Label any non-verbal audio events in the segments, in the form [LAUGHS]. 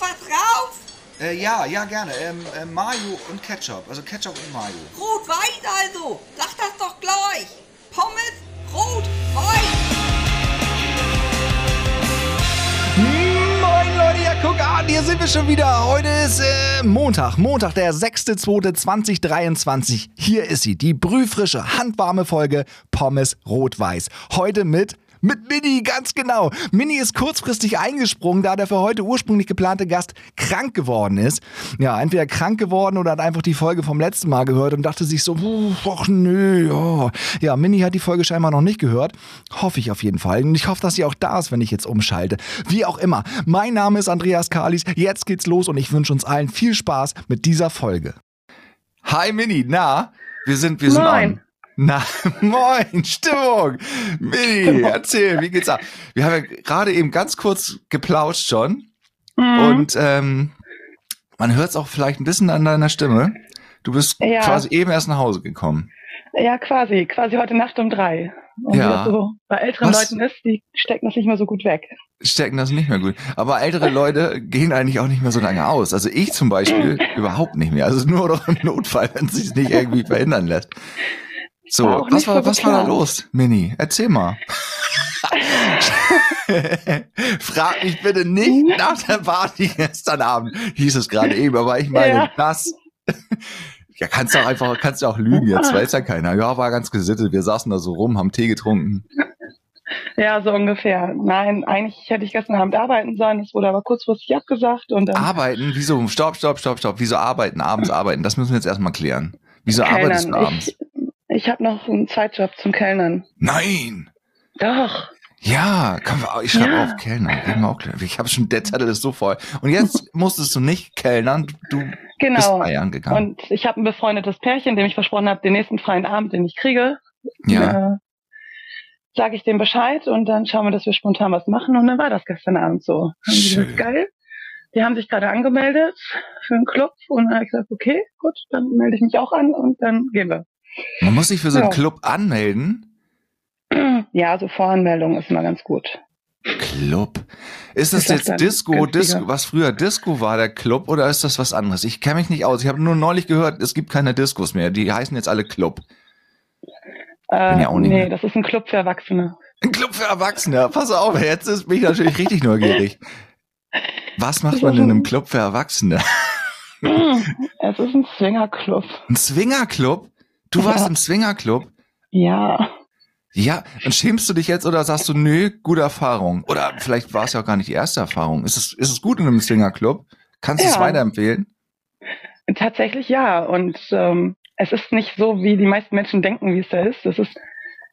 was drauf? Äh, ja, ja, gerne. Ähm, äh, Mayo und Ketchup. Also Ketchup und Mayo. Rot-Weiß also. Sag das doch gleich. Pommes, Rot-Weiß. Moin Leute, ja guck an, hier sind wir schon wieder. Heute ist äh, Montag, Montag, der 6.2.2023. Hier ist sie, die brühfrische, handwarme Folge Pommes Rot-Weiß. Heute mit... Mit Mini, ganz genau. Mini ist kurzfristig eingesprungen, da der für heute ursprünglich geplante Gast krank geworden ist. Ja, entweder krank geworden oder hat einfach die Folge vom letzten Mal gehört und dachte sich so, "Puh, ach nö, ja. Ja, Mini hat die Folge scheinbar noch nicht gehört. Hoffe ich auf jeden Fall. Und ich hoffe, dass sie auch da ist, wenn ich jetzt umschalte. Wie auch immer. Mein Name ist Andreas Kalis. Jetzt geht's los und ich wünsche uns allen viel Spaß mit dieser Folge. Hi Mini, na? Wir sind, wir sind Moin. on. Na, [LAUGHS] moin, Stimmung. Mini, erzähl, wie geht's ab? Wir haben ja gerade eben ganz kurz geplauscht schon. Mhm. Und ähm, man hört es auch vielleicht ein bisschen an deiner Stimme. Du bist Ja. quasi eben erst nach Hause gekommen. ja, quasi. Quasi heute Nacht um drei. Und Ja. wie das so bei älteren Was? Leuten ist, die stecken das nicht mehr so gut weg. Stecken das nicht mehr gut. Aber ältere Leute gehen eigentlich auch nicht mehr so lange aus. Also ich zum [LAUGHS] Beispiel überhaupt nicht mehr. Also nur noch im Notfall, wenn es sich nicht irgendwie verhindern lässt. So, War auch was, nicht war, so was war da geplant. los, Mini? Erzähl [LAUGHS] mal. Frag mich bitte nicht nach der Party gestern Abend, hieß es gerade eben, aber ich meine, Ja. das. Ja, kannst du auch einfach, kannst du auch lügen, jetzt [LAUGHS] weiß ja keiner. Ja, war ganz gesittet, wir saßen da so rum, haben Tee getrunken. Ja, so ungefähr. Nein, eigentlich hätte ich gestern Abend arbeiten sollen. Das wurde aber kurzfristig abgesagt. Und dann, Arbeiten, wieso? Stopp, stopp, stopp, stopp. Wieso arbeiten, abends arbeiten? Das müssen wir jetzt erstmal klären. Wieso arbeitest du Kellnern. abends? Ich, ich habe noch einen Zeitjob zum Kellnern. Nein! Doch. Ja, komm, ich schreibe Ja. auf Kellner. Ich, mach auch Kellner. ich habe schon, der Zettel ist so voll. Und jetzt [LAUGHS] musstest du nicht kellnern, du bist Genau. Eiern gegangen. Und ich habe ein befreundetes Pärchen, dem ich versprochen habe, den nächsten freien Abend, den ich kriege, ja. äh, sage ich dem Bescheid und dann schauen wir, dass wir spontan was machen. Und dann war das gestern Abend so. Haben die Schön. gesagt, geil. Die haben sich gerade angemeldet für einen Club und dann habe ich gesagt, okay, gut, dann melde ich mich auch an und dann gehen wir. Man muss sich für so einen Ja. Club anmelden. Ja, so Voranmeldung ist immer ganz gut. Club. Ist das Ist das jetzt dann Disco, günstiger? Disco, was früher Disco war, der Club, oder ist das was anderes? Ich kenne mich nicht aus. Ich habe nur neulich gehört, es gibt keine Discos mehr. Die heißen jetzt alle Club. Äh, Bin ja auch nicht nee, mehr. das ist ein Club für Erwachsene. Ein Club für Erwachsene. Pass auf, jetzt ist, bin ich natürlich richtig neugierig. Was macht man in einem Club für Erwachsene? es ist ein Swingerclub. Ein Swingerclub? Du warst Ja. im Swingerclub? Ja. Ja, und schämst du dich jetzt oder sagst du, nö, gute Erfahrung? Oder vielleicht war es ja auch gar nicht die erste Erfahrung. Ist es, ist es gut in einem Swingerclub? Kannst du es Ja. weiterempfehlen? Tatsächlich ja. Und ähm, es ist nicht so, wie die meisten Menschen denken, wie es da ist. Es ist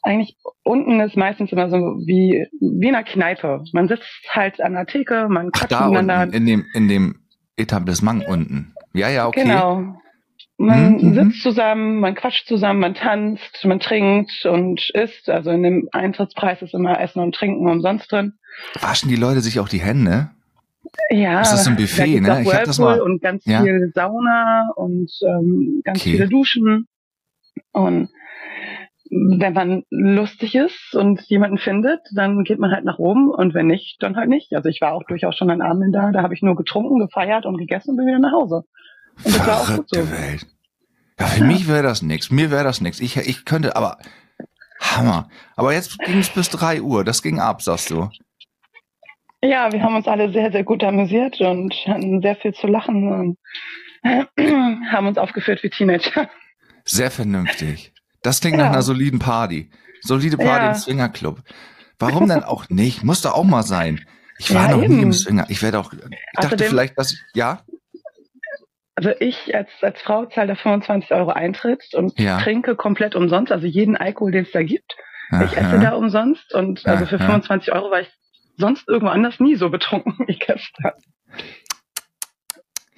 eigentlich, unten ist meistens immer so wie, wie in einer Kneipe. Man sitzt halt an der Theke, man Ach, quatscht da miteinander. unten, in dem, in dem Etablissement unten. Ja, ja, okay. Genau. Man Mhm, mhm. sitzt zusammen, man quatscht zusammen, man tanzt, man trinkt und isst. Also in dem Eintrittspreis ist immer Essen und Trinken umsonst drin. Waschen die Leute sich auch die Hände? Ja, Das ist so ein Buffet, da gibt's ne? Auch Ich hab das Whirlpool mal- Und ganz Ja. viel Sauna und ähm, ganz Okay. viele Duschen. Und wenn man lustig ist und jemanden findet, dann geht man halt nach oben und wenn nicht, dann halt nicht. Also ich war auch durchaus schon an Abenden da, da habe ich nur getrunken, gefeiert und gegessen und bin wieder nach Hause. Und das war auch gut so. Verrückte Welt. Ja, für mich wäre das nix. Mir wäre das nix. Ich, ich könnte, aber Hammer. Aber jetzt ging es bis 3 Uhr. Das ging ab, sagst du. Ja, wir haben uns alle sehr, sehr gut amüsiert und hatten sehr viel zu lachen und [CLEARS THROAT] haben uns aufgeführt wie Teenager. Sehr vernünftig. Das klingt Ja. nach einer soliden Party. Solide Party Ja. im Swingerclub. Warum denn auch nicht? Muss da auch mal sein. Ich war Ja, noch nie im eben. Swinger. Ich werde auch. Ich dachte Außerdem- vielleicht, dass ich, ja, Also ich als, als Frau zahle da 25 Euro Eintritt und Ja. trinke komplett umsonst, also jeden Alkohol, den es da gibt. Ich esse Aha. da umsonst und also für Aha. 25 Euro war ich sonst irgendwo anders nie so betrunken [LAUGHS] wie gestern.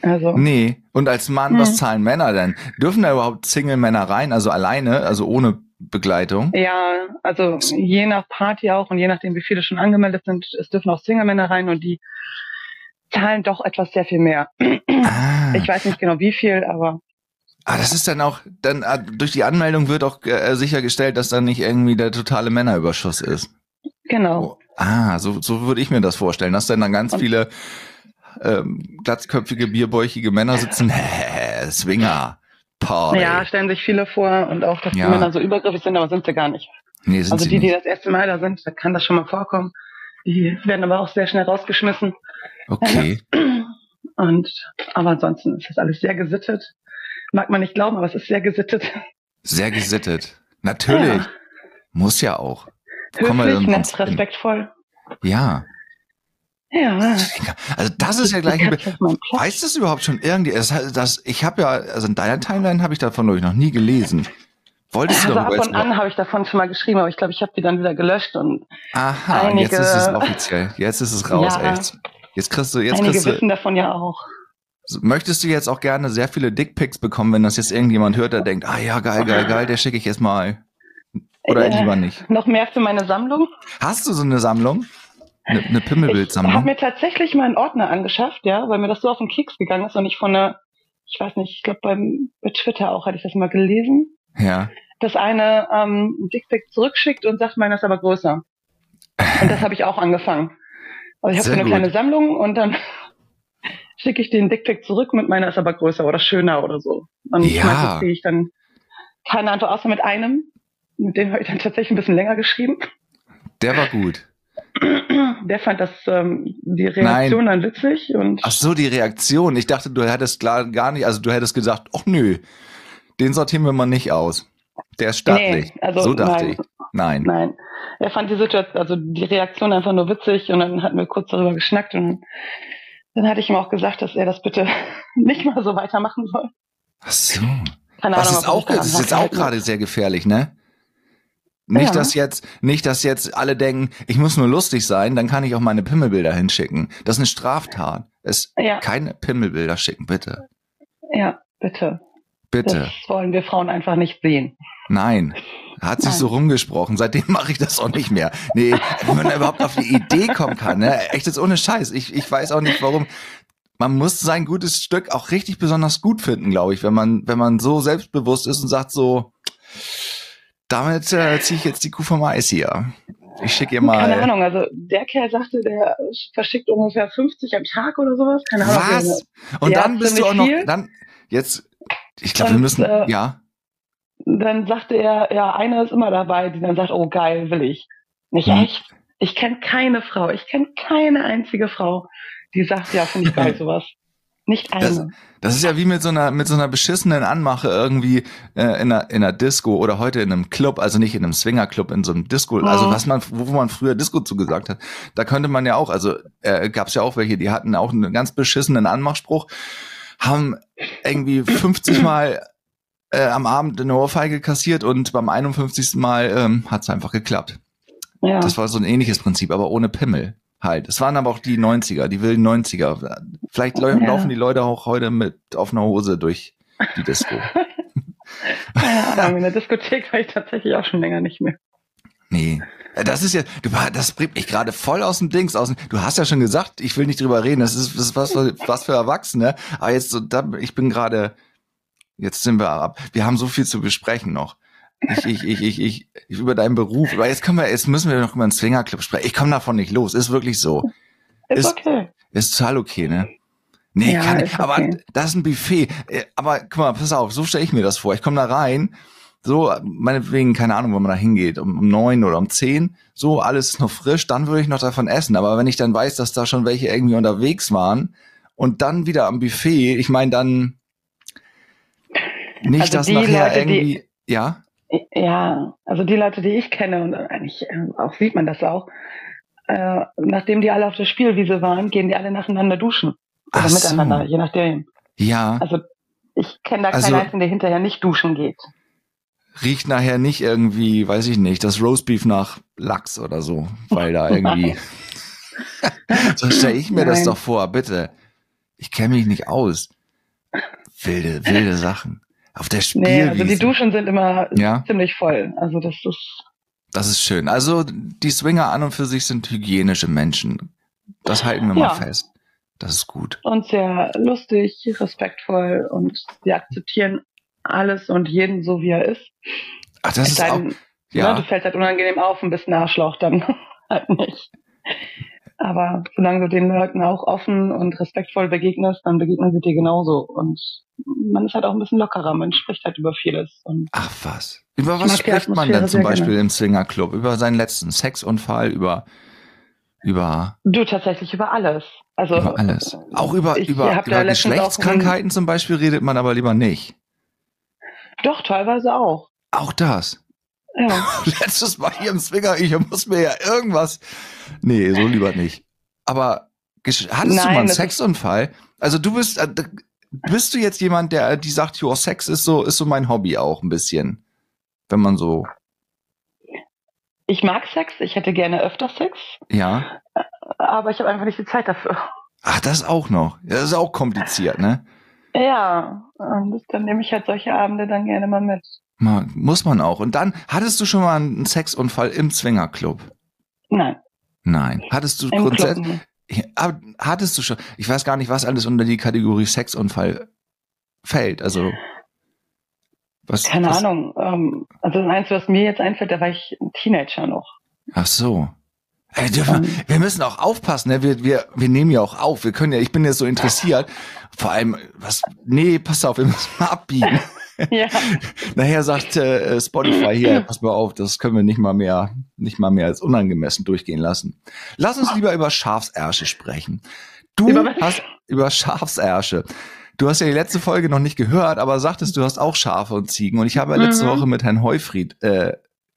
Also, Nee. Und als Mann, Hm. was zahlen Männer denn? Dürfen da überhaupt Single-Männer rein? Also alleine, also ohne Begleitung? ja, also je nach Party auch und je nachdem, wie viele schon angemeldet sind, es dürfen auch Single-Männer rein und die zahlen doch etwas sehr viel mehr. Ah. Ich weiß nicht genau wie viel, aber Ah, das ist dann auch, dann ah, durch die Anmeldung wird auch äh, sichergestellt, dass dann nicht irgendwie der totale Männerüberschuss ist. genau. Oh. Ah, so, so würde ich mir das vorstellen, dass dann, dann ganz Und- viele ähm, glatzköpfige, bierbäuchige Männer sitzen. Swinger. Party. Ja, stellen sich viele vor und auch, dass Oh, Ja. die Männer so übergriffig sind, aber sind sie gar nicht. nee, sind also sie die, die nicht. das erste Mal da sind, da kann das schon mal vorkommen. Die werden aber auch sehr schnell rausgeschmissen. [LAUGHS] Okay. Und aber ansonsten ist das alles sehr gesittet. Mag man nicht glauben, aber es ist sehr gesittet. Sehr gesittet. Natürlich. Ja. Muss ja auch. [LAUGHS] Kommen wir dann Höflich, nett, sonst hin. respektvoll. Ja. Ja. Also das ist ja gleich ein... Be Ich hab jetzt mal einen Platz. Weiß das überhaupt schon irgendwie? Es hat- das, ich habe ja, also in deiner Timeline habe ich davon glaube ich, noch nie gelesen. Wolltest du Also ab darüber und an habe ich davon schon mal geschrieben, aber ich glaube, ich habe die dann wieder gelöscht und Aha, jetzt einige- ist es offiziell. Jetzt ist es raus, Ja. echt. Jetzt kriegst du, jetzt einige kriegst du, wissen davon ja auch. möchtest du jetzt auch gerne sehr viele Dickpics bekommen, wenn das jetzt irgendjemand hört, der denkt, ah ja, geil, geil, geil, der schicke ich jetzt mal. Oder Äh, lieber nicht. Noch mehr für meine Sammlung. Hast du so eine Sammlung? Eine, eine Ich habe Pimmelbildsammlung? mir tatsächlich mal einen Ordner angeschafft, ja, weil mir das so auf den Keks gegangen ist und ich von der, ich weiß nicht, ich glaube beim bei Twitter auch hatte ich das mal gelesen, Ja. dass eine ähm, einen Dickpick zurückschickt und sagt, meiner ist aber größer. Und das habe ich auch angefangen. Also ich habe so Sehr eine gut. kleine Sammlung und dann [LAUGHS] schicke ich den Dickpick zurück mit meiner ist aber größer oder schöner oder so. Und Ja. meistens kriege ich dann keine Antwort außer mit einem. Mit dem habe ich dann tatsächlich ein bisschen länger geschrieben. Der war gut. Der fand das ähm, die Reaktion dann witzig und Ach so, die Reaktion. Ich dachte, du hättest klar gar nicht, also du hättest gesagt, ach nö, den sortieren wir mal nicht aus. Der ist staatlich. Nee, also so dachte nein. ich. Nein. nein, er fand die Situation, also die Reaktion einfach nur witzig und dann hatten wir kurz darüber geschnackt und dann hatte ich ihm auch gesagt, dass er das bitte [LAUGHS] nicht mal so weitermachen soll. Ach so. Keine Das Ahnung, ist ob er auch, sich daran das ist jetzt auch halten gerade sehr gefährlich, ne? Nicht, Ja. dass jetzt, nicht, dass jetzt alle denken, ich muss nur lustig sein, dann kann ich auch meine Pimmelbilder hinschicken. Das ist eine Straftat. Es Ja. keine Pimmelbilder schicken, bitte. will. Ja, bitte. Bitte. Das wollen wir Frauen einfach nicht sehen. Nein. Hat sich Nein. so rumgesprochen. Seitdem mache ich das auch nicht mehr. Nee, wenn man überhaupt auf die Idee kommen kann, ne? Echt jetzt ohne Scheiß. Ich, ich weiß auch nicht warum. Man muss sein gutes Stück auch richtig besonders gut finden, glaube ich, wenn man, wenn man so selbstbewusst ist und sagt so, damit äh, ziehe ich jetzt die Kuh vom Eis hier. Ich schicke ihr Keine mal. Ahnung, also der Kerl sagte, der verschickt ungefähr 50 am Tag oder sowas. Keine Ahnung. ob er- Was? Und Ja, dann bist du auch ziemlich noch, viel. dann, jetzt, ich glaube, wir Und, müssen, äh, ja. dann sagte er, ja, einer ist immer dabei, die dann sagt, oh geil, will ich. Nicht Mhm. echt. Ich kenne keine Frau, ich kenne keine einzige Frau, die sagt, ja, finde ich [LAUGHS] geil sowas. Nicht eine. Das- Das ist ja wie mit so einer, mit so einer beschissenen Anmache irgendwie äh, in, einer, in einer Disco oder heute in einem Club, also nicht in einem Swingerclub, in so einem Disco, also Mhm. was man, wo man früher Disco zugesagt hat, da könnte man ja auch, also äh, gab es ja auch welche, die hatten auch einen ganz beschissenen Anmachspruch, haben irgendwie 50 Mal äh, am Abend eine Ohrfeige kassiert und beim 51. Mal ähm, hat's einfach geklappt. ja. Das war so ein ähnliches Prinzip, aber ohne Pimmel halt. Es waren aber auch die 90er, die wilden 90er. Vielleicht lau- Ja. laufen die Leute auch heute mit offener Hose durch die [LAUGHS] Disco. keine Ahnung, in der Diskothek war ich tatsächlich auch schon länger nicht mehr. nee. Äh, Das ist ja, du, das bringt mich gerade voll aus dem Dings aus. dem- Du hast ja schon gesagt, ich will nicht drüber reden. Das ist, das ist was, für- was für Erwachsene. Aber jetzt, so, da, ich bin gerade, jetzt sind wir ab. Wir haben so viel zu besprechen noch. Ich, ich, ich, ich, ich, ich über deinen Beruf. Aber jetzt können wir, jetzt müssen wir noch über einen Swingerclub sprechen. Ich komme davon nicht los. Ist wirklich so. Ist, Ist- okay. Ist total okay, ne? Nee, Ja, kann ist ich. Aber okay. das ist ein Buffet. Äh, Aber guck mal, pass auf, so stelle ich mir das vor. Ich komme da rein, so, meinetwegen, keine Ahnung, wann man da hingeht, um, um neun oder um zehn, so, alles ist noch frisch, dann würde ich noch davon essen. Aber wenn ich dann weiß, dass da schon welche irgendwie unterwegs waren und dann wieder am Buffet, ich meine dann nicht, Also dass die nachher Leute, die- irgendwie. ja? Ja, also die Leute, die ich kenne, und eigentlich äh, auch sieht man das auch, äh, nachdem die alle auf der Spielwiese waren, gehen die alle nacheinander duschen. Oder Ach so. miteinander, je nachdem. Ja. Also ich kenne da keinen Also- einzigen, der hinterher nicht duschen geht. riecht nachher nicht irgendwie, weiß ich nicht, das Roastbeef nach Lachs oder so, weil da [LAUGHS] irgendwie. so stelle ich mir das Nein. doch vor, bitte. Ich kenne mich nicht aus. Wilde, wilde Sachen. Auf der Nee, Spielwiese. also die Duschen sind immer Ja. ziemlich voll. Also das ist, das ist schön. Also die Swinger an und für sich sind hygienische Menschen. Das halten wir mal Ja. fest. Das ist gut. und sehr lustig, respektvoll und sie akzeptieren alles und jeden so, wie er ist. Ach, das Es ist sei auch. denn, ne, Ja. [LAUGHS] du fällst halt unangenehm auf und bist ein Arschloch, dann halt nicht. Aber solange du den Leuten auch offen und respektvoll begegnest, dann begegnen sie dir genauso. Und man ist halt auch ein bisschen lockerer, man spricht halt über vieles. Und Ach was. Über mag was die spricht man Atmosphäre denn zum sehr Beispiel gerne. im Swingerclub? Über seinen letzten Sexunfall, über über du tatsächlich über alles. Also über alles. Auch über ich über, hab da über letztens auch Geschlechtskrankheiten zum Beispiel redet man aber lieber nicht. Doch, teilweise auch. Auch das. [LAUGHS] Ja. Letztes Mal hier im Swinger, ich muss mir ja irgendwas. Nee, so lieber nicht. Aber gesch- hattest du Nein, mal einen das ist- Sexunfall? Also du bist, äh, d- bist du jetzt jemand, der, die sagt, jo, Sex ist so, ist so mein Hobby auch ein bisschen. Wenn man so, Ich mag Sex, ich hätte gerne öfter Sex, ja. aber ich habe einfach nicht die Zeit dafür. Ach, das auch noch. Das ist auch kompliziert, ne? Ja, und dann nehme ich halt solche Abende dann gerne mal mit. Man, muss man auch. Und dann, hattest du schon mal einen Sexunfall im Swingerclub? Nein, Nein. Hattest du im Club. grundsätzlich, nie. Ja, aber hattest du schon, ich weiß gar nicht, was alles unter die Kategorie Sexunfall fällt. Also, was? Keine was, Ahnung. Ähm, also das Einzige, was mir jetzt einfällt, da war ich ein Teenager [LAUGHS] noch. Ach so. Ey, dürfen, Ähm. wir- wir müssen auch aufpassen, ne? wir, wir, wir nehmen ja auch auf. Wir können ja, ich bin jetzt so interessiert. Vor allem, was, nee, pass auf, wir müssen mal abbiegen. ja. Nachher sagt äh, Spotify [CLEARS THROAT] hier, pass mal auf, das können wir nicht mal mehr, nicht mal mehr als unangemessen durchgehen lassen. Lass uns lieber über Schafsärsche sprechen. Du Über was? hast über Schafsärsche. Du hast ja die letzte Folge noch nicht gehört, aber sagtest, du hast auch Schafe und Ziegen. Und ich habe ja letzte Mhm. Woche mit Herrn Heufried äh,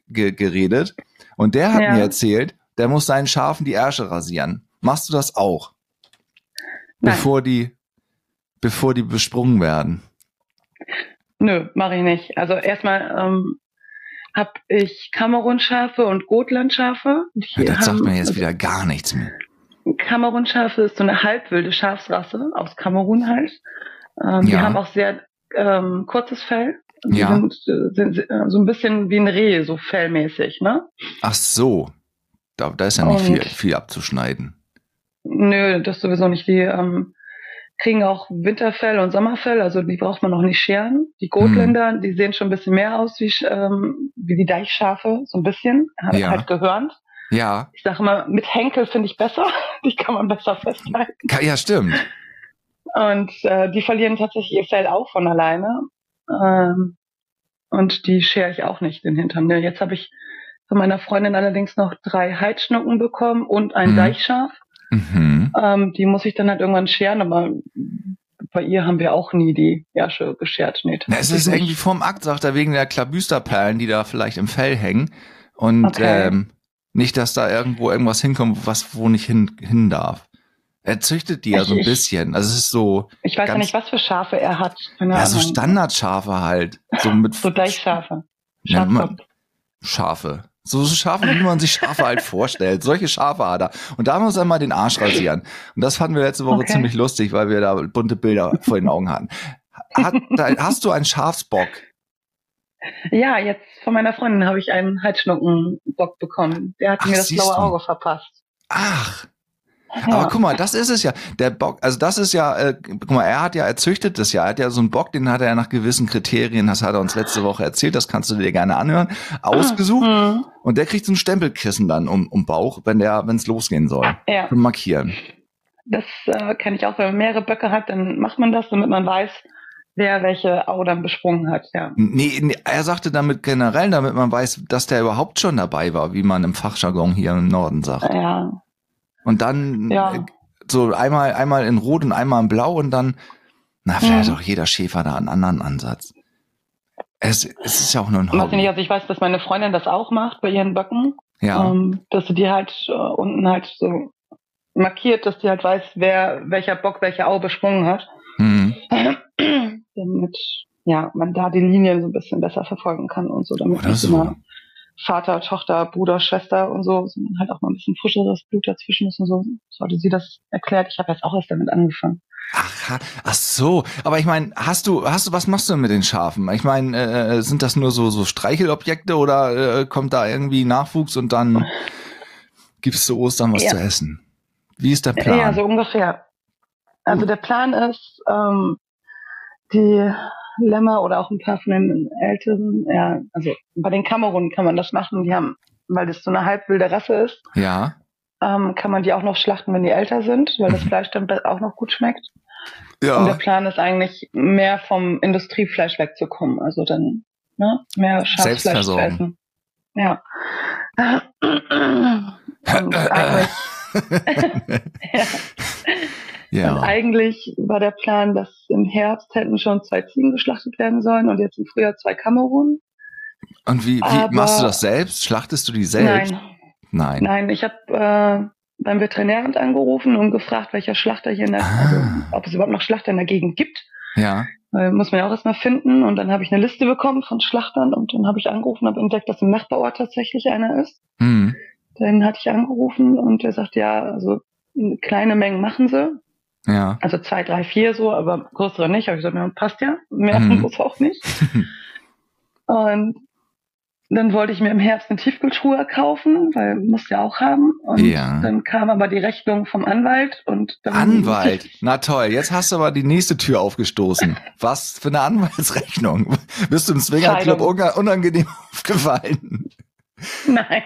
ge geredet und der hat Ja. mir erzählt, der muss seinen Schafen die Ärsche rasieren. Machst du das auch? Nein. Bevor die, bevor die besprungen werden. Nö, mache ich nicht. Also erstmal ähm, habe ich Kamerunschafe und Gotlandschafe. Die Ja, das sagt haben- mir jetzt wieder gar nichts mehr. Kamerunschafe ist so eine halbwilde Schafsrasse aus Kamerun halt. Ähm, Die Ja. haben auch sehr ähm, kurzes Fell. Die Ja. sind, äh, sind äh, so ein bisschen wie ein Reh, so fellmäßig, ne? Ach so. Da, da ist ja nicht Und- viel, viel abzuschneiden. Nö, das sowieso nicht. Die ähm, kriegen auch Winterfell und Sommerfell, also die braucht man noch nicht scheren. Die Gotländer, Hm. die sehen schon ein bisschen mehr aus wie, Sch- ähm, wie die Deichschafe, so ein bisschen, halt, Ja. halt gehörnt. Ja, Ich sage mal, mit Henkel finde ich besser. [LAUGHS] Die kann man besser festhalten. ka- ja, stimmt. Und äh, die verlieren tatsächlich ihr Fell auch von alleine. Ähm, und die schere ich auch nicht den Hintern. Ne, Jetzt habe ich von meiner Freundin allerdings noch drei Heidschnucken bekommen und ein Mhm. Deichschaf. Mhm. Ähm, die muss ich dann halt irgendwann scheren, aber bei ihr haben wir auch nie die Ärsche geschert. Nee, Na, es ist tatsächlich irgendwie nicht. vorm Akt, sagt er, wegen der Klabüsterperlen, die da vielleicht im Fell hängen. Und Okay. ähm, nicht, dass da irgendwo irgendwas hinkommt, was wo nicht hin, hin darf. Er züchtet die ja so ein Ich- bisschen. Also es ist so, Ich weiß ja ganz- nicht, was für Schafe er hat. Keine ja, so Ahnung. Standardschafe halt. So mit so Deichschafe. Nennt man- Schafkopf. Schafe. So Schafe, wie man sich Schafe halt vorstellt. Solche Schafe hat er. Und da muss er mal den Arsch rasieren. Und das fanden wir letzte Woche Okay. ziemlich lustig, weil wir da bunte Bilder vor den Augen hatten. Hat, da, hast du einen Schafsbock? Ja, jetzt von meiner Freundin habe ich einen Heidschnuckenbock bekommen. Der hat Ach, mir das siehst blaue du. Auge verpasst. Ach, Ja. aber guck mal, das ist es ja. Der Bock, also das ist ja, äh, guck mal, er hat ja, er züchtet das ja. Er hat ja so einen Bock, den hat er ja nach gewissen Kriterien, das hat er uns letzte Woche erzählt, das kannst du dir gerne anhören, ausgesucht. Mhm. Und der kriegt so ein Stempelkissen dann um, um Bauch, wenn der, wenn es losgehen soll. Ja, Zum Markieren. das äh, kenne ich auch. Wenn man mehrere Böcke hat, dann macht man das, damit man weiß, wer welche Au dann besprungen hat. Ja. Nee, nee, er sagte damit generell, damit man weiß, dass der überhaupt schon dabei war, wie man im Fachjargon hier im Norden sagt. Ja. Und dann Ja. äh, so einmal, einmal in Rot und einmal in Blau und dann, na, vielleicht Mhm. hat auch jeder Schäfer da einen anderen Ansatz. Es, es ist ja auch nur ein Weiß ich nicht, Hobby. also ich weiß, dass meine Freundin das auch macht bei ihren Böcken, Ja. ähm, dass sie die halt äh, unten halt so markiert, dass die halt weiß, wer welcher Bock welche Au besprungen hat. Mhm. damit ja, man da die Linien so ein bisschen besser verfolgen kann und so, damit Oder nicht so. immer Vater, Tochter, Bruder, Schwester und so, sondern halt auch mal ein bisschen frischeres Blut dazwischen ist und so. So hatte sie das erklärt. Ich habe jetzt auch erst damit angefangen. Ach, ha- ach so, aber ich meine, hast du, hast du, was machst du denn mit den Schafen? Ich meine, äh, sind das nur so, so Streichelobjekte oder äh, kommt da irgendwie Nachwuchs und dann gibst du Ostern was Ja. zu essen? Wie ist der Plan? Ja, so ungefähr. Also der Plan ist, ähm, die Lämmer oder auch ein paar von den Älteren, ja, also bei den Kamerunen kann man das machen, die haben, weil das so eine halbwilde Rasse ist, ja. ähm, kann man die auch noch schlachten, wenn die älter sind, [LAUGHS] weil das Fleisch dann be- auch noch gut schmeckt. Und der Ja. Plan ist eigentlich, mehr vom Industriefleisch wegzukommen. Also dann ne, mehr Schafsfleisch zu Selbstversorgen. essen. Ja. [CLEARS THROAT] Und [CLEARS THROAT] eigentlich, und ja. eigentlich war der Plan, dass im Herbst hätten schon zwei Ziegen geschlachtet werden sollen und jetzt im Frühjahr zwei Kamerun. Und wie, wie aber- machst du das selbst? Schlachtest du die selbst? Nein, Nein. Nein, ich habe äh, beim Veterinäramt angerufen und gefragt, welcher Schlachter hier in der, Ah. also, ob es überhaupt noch Schlachter in der Gegend gibt. Ja. Weil muss man ja auch erstmal finden. Und dann habe ich eine Liste bekommen von Schlachtern und dann habe ich angerufen und habe entdeckt, dass im Nachbarort tatsächlich einer ist. Hm. Dann hatte ich angerufen und der sagt, ja, also kleine Mengen machen sie. Ja. Also zwei, drei, vier so, aber größere nicht. Habe ich gesagt, ja, passt ja. Mehr Mhm. muss auch nicht. [LAUGHS] und dann wollte ich mir im Herbst eine Tiefkühltruhe kaufen, weil muss ja auch haben. Und Ja. dann kam aber die Rechnung vom Anwalt und dann Anwalt. Na toll, jetzt hast du aber die nächste Tür aufgestoßen. Was für eine Anwaltsrechnung. Bist du im Swingerclub Scheidung. unang- unangenehm [LAUGHS] aufgefallen? [LAUGHS] [LAUGHS] Nein.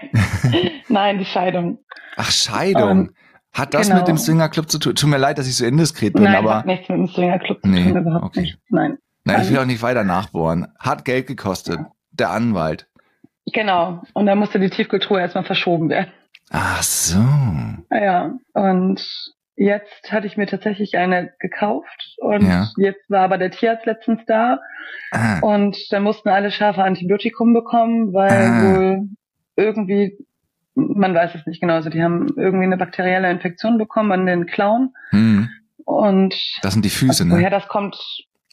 Nein, die Scheidung. Ach, Scheidung. Ähm, Hat das genau. mit dem Swingerclub zu tun? Tut mir leid, dass ich so indiskret bin, Nein, aber hat nichts mit dem Swingerclub zu Nee, tun, überhaupt okay. nicht. Nein. nein, ich will auch nicht weiter nachbohren. Hat Geld gekostet. Der Anwalt. Genau. Und dann musste die Tiefkühltruhe erstmal verschoben werden. [LAUGHS] Ach so. Ja, und jetzt hatte ich mir tatsächlich eine gekauft und Ja. jetzt war aber der Tierarzt letztens da Ah, und dann mussten alle Schafe Antibiotikum bekommen, weil Ah. wohl irgendwie, man weiß es nicht genau, also die haben irgendwie eine bakterielle Infektion bekommen an den Klauen hm. und Das sind die Füße, Also, ne? woher das kommt,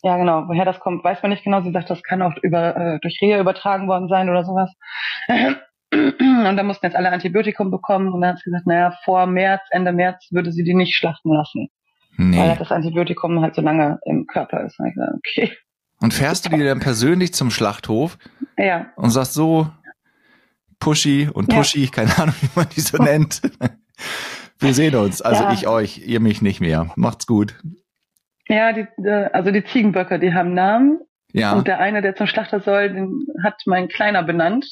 ja genau, woher das kommt, weiß man nicht genau. Sie sagt, das kann auch über, äh, durch Rehe übertragen worden sein oder sowas. [CLEARS THROAT] Und dann mussten jetzt alle Antibiotikum bekommen und dann hat sie gesagt, naja, vor März, Ende März würde sie die nicht schlachten lassen, weil Nee. das Antibiotikum halt so lange im Körper ist. Und ich gesagt, okay. Und fährst du die dann persönlich zum Schlachthof Ja, und sagst so, Pushy und Ja. Pushy, keine Ahnung, wie man die so nennt. Wir sehen uns, also Ja. ich euch, ihr mich nicht mehr. Macht's gut. ja die, äh, also die Ziegenböcke, die haben Namen Ja. und der eine, der zum Schlachter soll, den hat mein Kleiner benannt.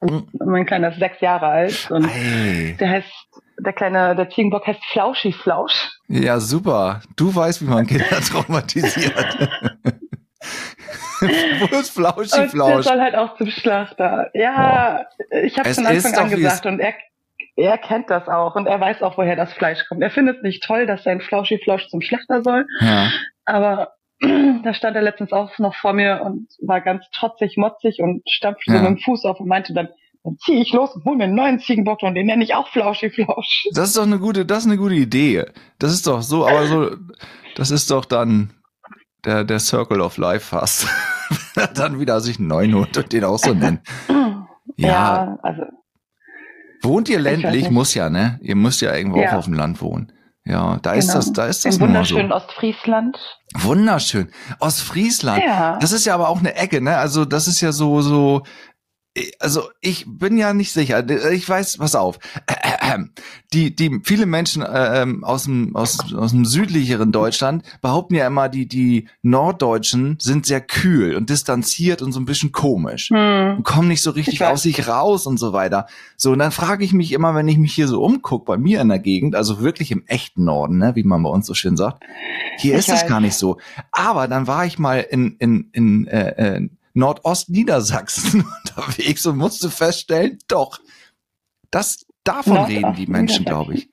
Hm. Und mein Kleiner ist sechs Jahre alt und Ey. der heißt, der kleine, der Ziegenbock heißt Flauschi Flausch. Ja, super. Du weißt, wie man [LAUGHS] Kinder traumatisiert. Wo ist Flauschi Und der Flausch? soll halt auch zum Schlachter. Ja, ich habe Es von ist Anfang an doch, wie gesagt und er, er kennt das auch und er weiß auch, woher das Fleisch kommt. Er findet es nicht toll, dass sein Flauschi Flausch zum Schlachter soll, Ja. aber [CLEARS THROAT] da stand er letztens auch noch vor mir und war ganz trotzig, motzig und stampfte Ja. so mit dem Fuß auf und meinte dann, dann ziehe ich los und hol mir einen neuen Ziegenbock und den nenne ich auch Flauschi Flausch. Das ist doch eine gute, das ist eine gute Idee. Das ist doch so, aber so, das ist doch dann der, der Circle of Life fast. [LAUGHS] Wenn er dann wieder sich einen neuen holt und den auch so [CLEARS THROAT] nennt. ja, also Wohnt ihr weiß ländlich? nicht. Muss ja, ne? Ihr müsst ja irgendwo auch Ja. auf dem Land wohnen. Ja, da ist genau. das, da ist das Im nun mal wunderschönen so. Ostfriesland. Wunderschön. Ostfriesland. Ja. Ah, Das ist ja aber auch eine Ecke, ne? Also, das ist ja so, so, also, ich bin ja nicht sicher. Ich weiß, pass auf. [CLEARS THROAT] Die, die, viele Menschen ähm, aus dem, aus, aus dem südlicheren Deutschland behaupten ja immer, die, die Norddeutschen sind sehr kühl und distanziert und so ein bisschen komisch Hm. und kommen nicht so richtig Ich weiß. aus sich raus und so weiter. So, und dann frage ich mich immer, wenn ich mich hier so umgucke, bei mir in der Gegend, also wirklich im echten Norden, ne, wie man bei uns so schön sagt, hier Ich ist das weiß. gar nicht so. Aber dann war ich mal in, in, in äh, äh, Nordostniedersachsen [LAUGHS] unterwegs und musste feststellen, doch, das davon reden die Menschen, Nordost-Niedersachsen. glaube ich.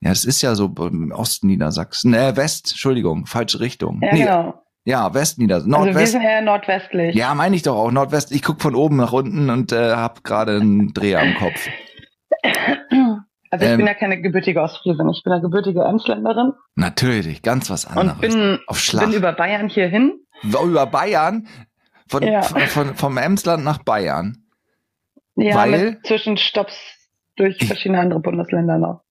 Ja, es ist ja so ähm, Ostniedersachsen, äh, West, Entschuldigung, falsche Richtung. Ja, Nee, genau. ja Westniedersachsen, Also wir Nordwest. sind eher nordwestlich. Ja, meine ich doch auch. Nordwest. Ich guck von oben nach unten und äh, hab gerade einen Dreher am Kopf. Also ich Ähm. bin ja keine gebürtige Ostfriesin, ich bin ja gebürtige Emsländerin Natürlich, ganz Ah, was anderes. und bin, Auf Schlag. bin Über, über Bayern hierhin. über Bayern, von, Ja. von, von, vom Emsland nach Bayern. Ja, Weil? mit Zwischenstopps durch [CLEARS THROAT] Ich- verschiedene andere Bundesländer noch.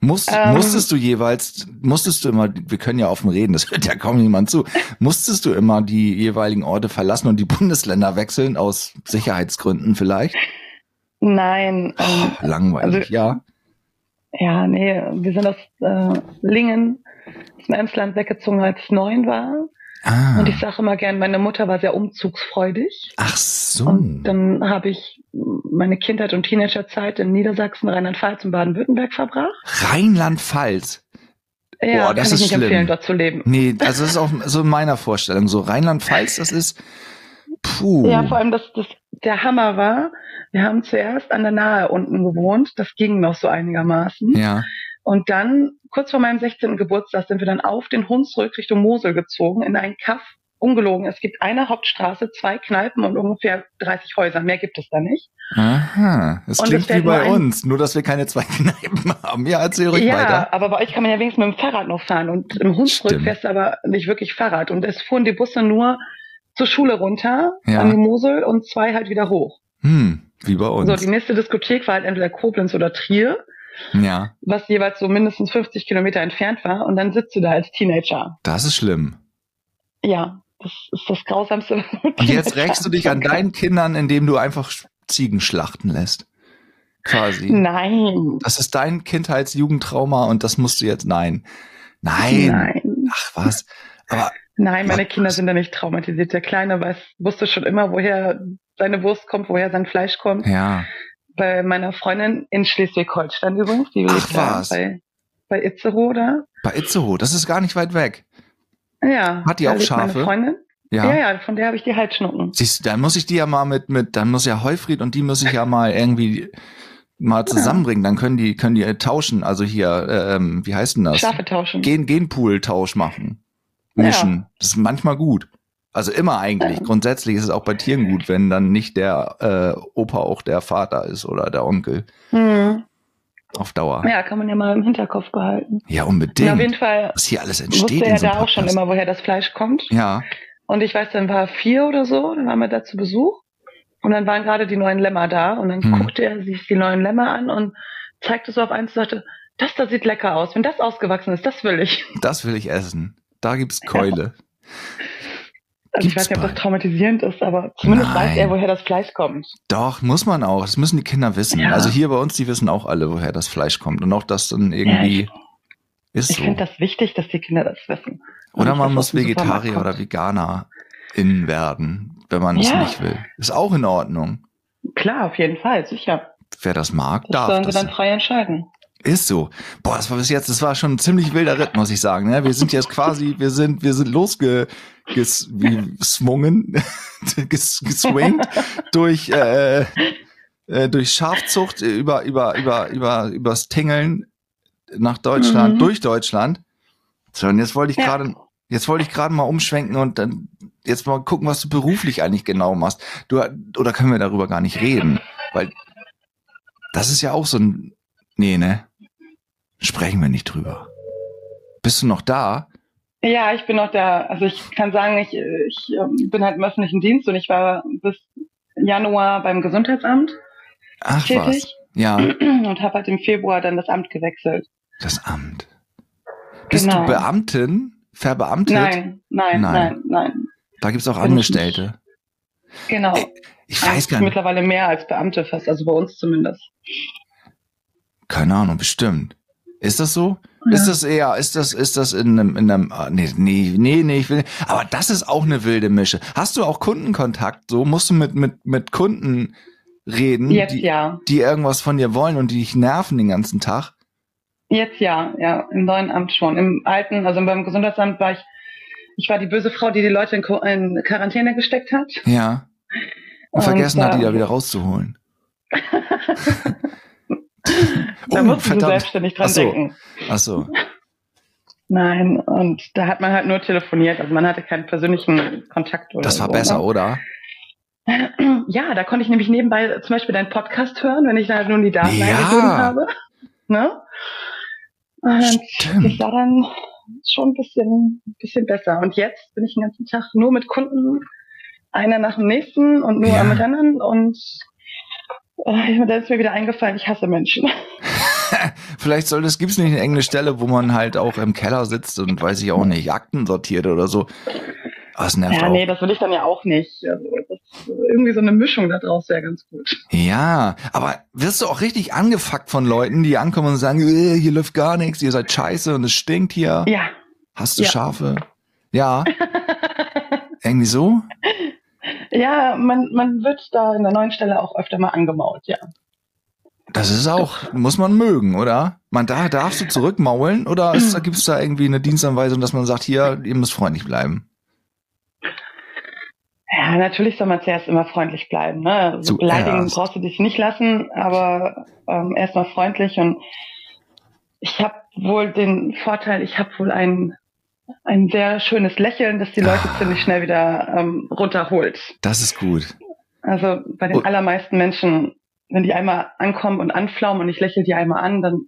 Musst, Ähm. musstest du jeweils, musstest du immer, wir können ja offen reden, das hört ja kaum niemand zu, musstest du immer die jeweiligen Orte verlassen und die [LAUGHS] Bundesländer wechseln, aus Sicherheitsgründen vielleicht? Nein, ähm, Langweilig, Also- ja. ja, nee, wir sind aus äh, Lingen, aus dem Emsland weggezogen, als ich neun war. Ah. Und ich sage immer gern, meine Mutter war sehr umzugsfreudig. Ach so. Und dann habe ich meine Kindheit und Teenagerzeit in Niedersachsen, Rheinland-Pfalz und Baden-Württemberg verbracht. Rheinland-Pfalz. Ja, Boah, das kann ich ist nicht schlimm. empfehlen, dort zu leben. Nee, also das ist auch so in meiner Vorstellung. So Rheinland-Pfalz, das ist. Puh. Ja, vor allem, dass das der Hammer war. Wir haben zuerst an der Nahe unten gewohnt. Das ging noch so einigermaßen. Ja. Und dann, kurz vor meinem 16. Geburtstag, sind wir dann auf den Hunsrück Richtung Mosel gezogen, in einen Kaff. Ungelogen, es gibt eine Hauptstraße, zwei Kneipen und ungefähr 30 Häuser. Mehr gibt es da nicht. Aha. Das Und klingt es wie fällt mir bei ein- uns, nur dass wir keine zwei [LAUGHS] Kneipen haben. Ja, erzähl ruhig ja, weiter. aber bei euch kann man ja wenigstens mit dem Fahrrad noch fahren. Und im Hunsrück Stimmt. fährst du aber nicht wirklich Fahrrad. Und es fuhren die Busse nur zur Schule runter, Ja. an die Mosel und zwei halt wieder hoch. Hm, wie bei uns. So, die nächste Diskothek war halt entweder Koblenz oder Trier. ja, was jeweils so mindestens 50 Kilometer entfernt war. Und dann sitzt du da als Teenager. das ist schlimm. Ja, das ist das Grausamste. was ein Und jetzt Teenager rächst du dich an machen kann. deinen Kindern, indem du einfach Sch- Ziegen schlachten lässt. Quasi. Nein. Das ist dein Kindheitsjugendtrauma und das musst du jetzt. Nein. Nein. Nein. Ach was. Aber Nein, meine Ja, Kinder das- sind da nicht traumatisiert. Der Kleine weiß, wusste schon immer, woher seine Wurst kommt, woher sein Fleisch kommt. ja. Bei meiner Freundin in Schleswig-Holstein übrigens, die Ach, lebt da was. bei, bei Itzehoe da. Bei Itzehoe, das ist gar nicht weit weg. Ja. Hat die da auch lebt Schafe? Meine Freundin. Ja. Ja. ja, von der habe ich die Halsschnucken. Siehst du, dann muss ich die ja mal mit, mit, dann muss ja Heufried und die muss ich ja mal irgendwie mal Genau. zusammenbringen. Dann können die, können die äh, tauschen. Also hier, ähm, wie heißt denn das? Schafe tauschen. Gen, Genpool-Tausch machen. Mischen. Das ist manchmal gut. Also immer eigentlich. Grundsätzlich ist es auch bei Tieren gut, wenn dann nicht der äh, Opa auch der Vater ist oder der Onkel. Hm. Auf Dauer. Ja, Ja, kann man ja mal im Hinterkopf behalten. Na, auf jeden unbedingt. Fall Was hier alles entsteht. wusste in ja so da einem auch schon Podcast. immer, woher das Fleisch kommt. Ja, Und ich weiß, dann war er vier oder so, dann waren wir da zu Besuch. Und dann waren gerade die neuen Lämmer da. Und dann Hm. guckte er sich die neuen Lämmer an und zeigte so auf eins und sagte, das da sieht lecker aus. Wenn das ausgewachsen ist, das will ich. das will ich essen. Da gibt's Keule. Gibt's Also ich weiß nicht, ob bei- das traumatisierend ist, aber zumindest Nein. weiß er, woher das Fleisch kommt. Doch, muss man auch. Das müssen die Kinder wissen. Ja. Also hier bei uns, die wissen auch alle, woher das Fleisch kommt. Und auch das dann irgendwie Ja, ist Ich so. finde das wichtig, dass die Kinder das wissen. oder man Und das aus muss dem Supermarkt Vegetarier kommt. oder Veganerin werden, wenn man es Ja. nicht will. Ist auch in Ordnung. Klar, auf jeden Fall, sicher. Wer das mag, Das darf sollen sie das. dann frei entscheiden. Ist so. Boah, das war bis jetzt, das war schon ein ziemlich wilder Ritt, muss ich sagen. Ne? Wir sind jetzt quasi, wir sind, wir sind losgeswungen, [LAUGHS] ges, geswingt durch, äh, äh, durch Schafzucht äh, über, über, über, über, übers Tingeln nach Deutschland, Mhm. durch Deutschland. So, und jetzt wollte ich Ja. gerade, jetzt wollte ich gerade mal umschwenken und dann jetzt mal gucken, was du beruflich eigentlich genau machst. Du, oder können wir darüber gar nicht reden? Weil das ist ja auch so ein, Nee, ne? Sprechen wir nicht drüber. Bist du noch da? Ja, ich bin noch da. Also ich kann sagen, ich, äh, ich ähm, bin halt im öffentlichen Dienst und ich war bis Januar beim Gesundheitsamt Ach was. tätig Ja, und habe halt im Februar dann das Amt gewechselt. das Amt. Bist Genau. du Beamtin? Verbeamtet? Nein, Nein. nein, nein, nein, Da gibt's auch Bin ich Angestellte. Genau. Ich weiß gar nicht. Mittlerweile mehr als Beamte fast, also bei uns zumindest. Keine Ahnung, bestimmt. Ist das so? Ja. Ist das eher, ist das, ist das in einem, in einem, ah, nee, nee, nee, nee, ich will, nicht. aber das ist auch eine wilde Mische. Hast du auch Kundenkontakt? So musst du mit, mit, mit Kunden reden, Jetzt Hm, die, ja. die irgendwas von dir wollen und die dich nerven den ganzen Tag? Jetzt ja, ja, im neuen Amt schon. Im alten, also beim Gesundheitsamt war ich, ich war die böse Frau, die die Leute in, Qu- in Quarantäne gesteckt hat. Ja. Und Und, vergessen hat, die äh, da wieder [LAUGHS] rauszuholen. [LAUGHS] Da Oh, mussten sie verdammt. selbstständig dran Ach so. denken. Ach so. Nein, und da hat man halt nur telefoniert, also man hatte keinen persönlichen Kontakt. Oder Das war so, besser, oder? Ne? Ja, da konnte ich nämlich nebenbei zum Beispiel deinen Podcast hören, wenn ich da halt nur die Daten Ja. eingegeben habe. Ne? Und das Stimmt. war dann schon ein bisschen, bisschen besser. Und jetzt bin ich den ganzen Tag nur mit Kunden, einer nach dem nächsten und nur Ja. am anderen und äh, dann ist mir wieder eingefallen, ich hasse Menschen. Vielleicht soll das, gibt's nicht eine enge Stelle, wo man halt auch im Keller sitzt und weiß ich auch nicht, Akten sortiert oder so. Ah, es nervt Ja, auch. nee, das will ich dann ja auch nicht. Also, das, irgendwie so eine Mischung da draus wäre ganz gut. Ja, aber wirst du auch richtig angefuckt von Leuten, die ankommen und sagen, "Äh, hier läuft gar nichts, ihr seid scheiße und es stinkt hier. [LAUGHS] Ja, Hast du Ja. Schafe? Ja. Irgendwie so? Ja, man, man wird da in der neuen Stelle auch öfter mal angemault, ja. Das ist auch, muss man mögen, oder? Man da darfst du zurückmaulen oder [CLEARS THROAT] gibt es da irgendwie eine Dienstanweisung, dass man sagt, hier, ihr müsst freundlich bleiben? Ja, natürlich soll man zuerst immer freundlich bleiben. Ne? Zuerst. Beleidigen brauchst du dich nicht lassen, aber ähm, erstmal freundlich. Und ich habe wohl den Vorteil, ich habe wohl ein, ein sehr schönes Lächeln, das die Leute Ah. ziemlich schnell wieder ähm, runterholt. Das ist gut. Also bei den Und- allermeisten Menschen, wenn die einmal ankommen und anflaumen und ich lächle die einmal an, dann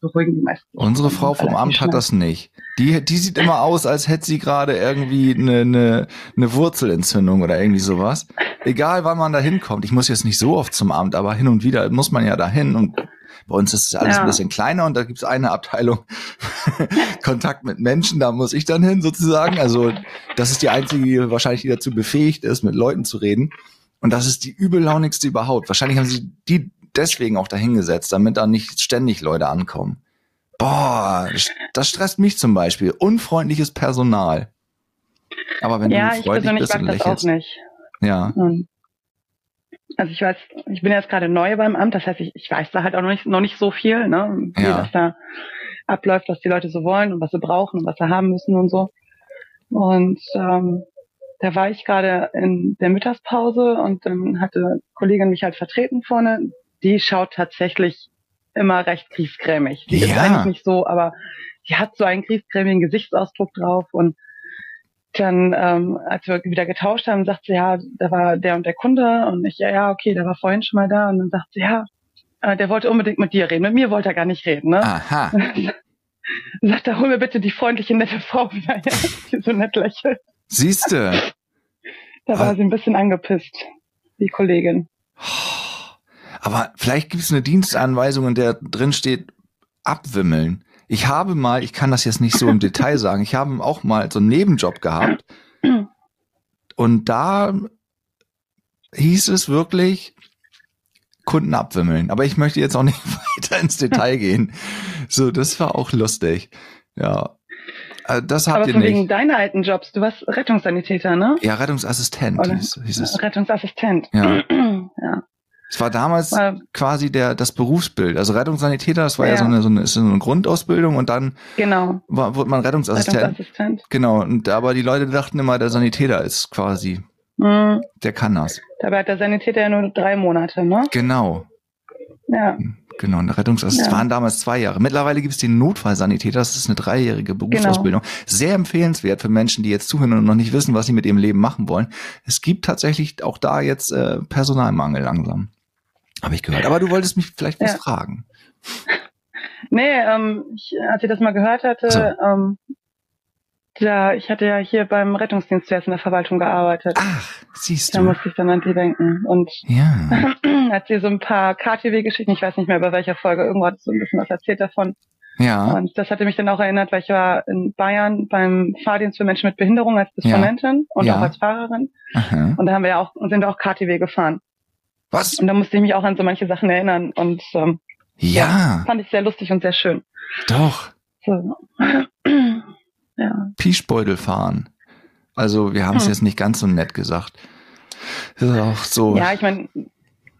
beruhigen die meisten. Unsere Frau vom Relativ Amt schnell. hat das nicht. Die, die sieht immer aus, als hätte sie gerade irgendwie eine, eine, eine Wurzelentzündung oder irgendwie sowas. Egal, wann man da hinkommt. Ich muss jetzt nicht so oft zum Amt, aber hin und wieder muss man ja dahin. Und bei uns ist es alles Ja. ein bisschen kleiner und da gibt es eine Abteilung [LAUGHS] Kontakt mit Menschen, da muss ich dann hin sozusagen. Also das ist die einzige, die wahrscheinlich die dazu befähigt ist, mit Leuten zu reden. Und das ist die übellaunigste überhaupt. Wahrscheinlich haben sie die deswegen auch dahingesetzt, damit da nicht ständig Leute ankommen. Boah, das stresst mich zum Beispiel. Unfreundliches Personal. Aber wenn Ja, du ich freundlich persönlich bist mag und das auch lächelst. nicht. Ja. Ähm, Also ich weiß, ich bin jetzt gerade neu beim Amt, das heißt, ich, ich weiß da halt auch noch nicht, noch nicht so viel, ne, wie Ja. das da abläuft, was die Leute so wollen und was sie brauchen und was sie haben müssen und so. Und ähm, da war ich gerade in der Mittagspause und dann hatte eine Kollegin mich halt vertreten vorne. Die schaut tatsächlich immer recht griesgrämig. Die ist Ja. eigentlich nicht so, aber die hat so einen griesgrämigen Gesichtsausdruck drauf und dann, ähm, als wir wieder getauscht haben, sagt sie, ja, da war der und der Kunde und ich, ja, ja, okay, der war vorhin schon mal da und dann sagt sie, ja, äh, der wollte unbedingt mit dir reden, mit mir wollte er gar nicht reden, ne? Aha. Sagt er, hol mir bitte die freundliche, nette Frau [LAUGHS] wieder her, die so nett lächelt. Siehste. Da Ah. war sie ein bisschen angepisst, die Kollegin. Aber vielleicht gibt es eine Dienstanweisung, in der drin steht, abwimmeln. Ich habe mal, ich kann das jetzt nicht so im Detail sagen, ich habe auch mal so einen Nebenjob gehabt. Und da hieß es wirklich, Kunden abwimmeln. Aber ich möchte jetzt auch nicht [LAUGHS] weiter ins Detail gehen. So, das war auch lustig. Ja. Äh, Das habt Aber ihr von wegen nicht. deiner alten Jobs, du warst Rettungssanitäter, ne? Ja, Rettungsassistent Oder? hieß, hieß es. Rettungsassistent. [CLEARS THROAT] Ja. ja. Es war damals War- quasi der, das Berufsbild. Also Rettungssanitäter, das war ja, Ja. so, eine, so, eine, ist so eine Grundausbildung und dann Genau, war, wurde man Rettungsassistent. Rettungsassistent. Genau, und aber die Leute dachten immer, der Sanitäter ist quasi, Mhm. der kann das. Dabei hat der Sanitäter ja nur drei Monate, ne? Genau, Ja. genau. Und der Rettungsassistent Ja. waren damals zwei Jahre. Mittlerweile gibt es den Notfallsanitäter, das ist eine dreijährige Berufsausbildung. Sehr empfehlenswert für Menschen, die jetzt zuhören und noch nicht wissen, was sie mit ihrem Leben machen wollen. Es gibt tatsächlich auch da jetzt äh, Personalmangel langsam. Habe ich gehört. Aber du wolltest mich vielleicht was Ja. fragen. Nee, ähm, ich, als ich das mal gehört hatte, So. ähm, da, ich hatte ja hier beim Rettungsdienst zuerst in der Verwaltung gearbeitet. Ach, siehst da du. musste ich dann an die denken. Und [CLEARS THROAT] Ja. [LAUGHS] als sie so ein paar KTW-Geschichten, ich weiß nicht mehr bei welcher Folge, irgendwo hat so ein bisschen was erzählt davon. Ja, Und das hatte mich dann auch erinnert, weil ich war in Bayern beim Fahrdienst für Menschen mit Behinderung als Disponentin und Ja. auch als Fahrerin. aha. Und da haben wir ja auch, und sind auch KTW gefahren. Was? Und da musste ich mich auch an so manche Sachen erinnern. Und ähm, Ja, fand ich sehr lustig und sehr schön. doch. So. [CLEARS THROAT] ja. Pischbeutel fahren. Also, wir haben es Hm. jetzt nicht ganz so nett gesagt. Das ist auch so. ja, ne? ich meine,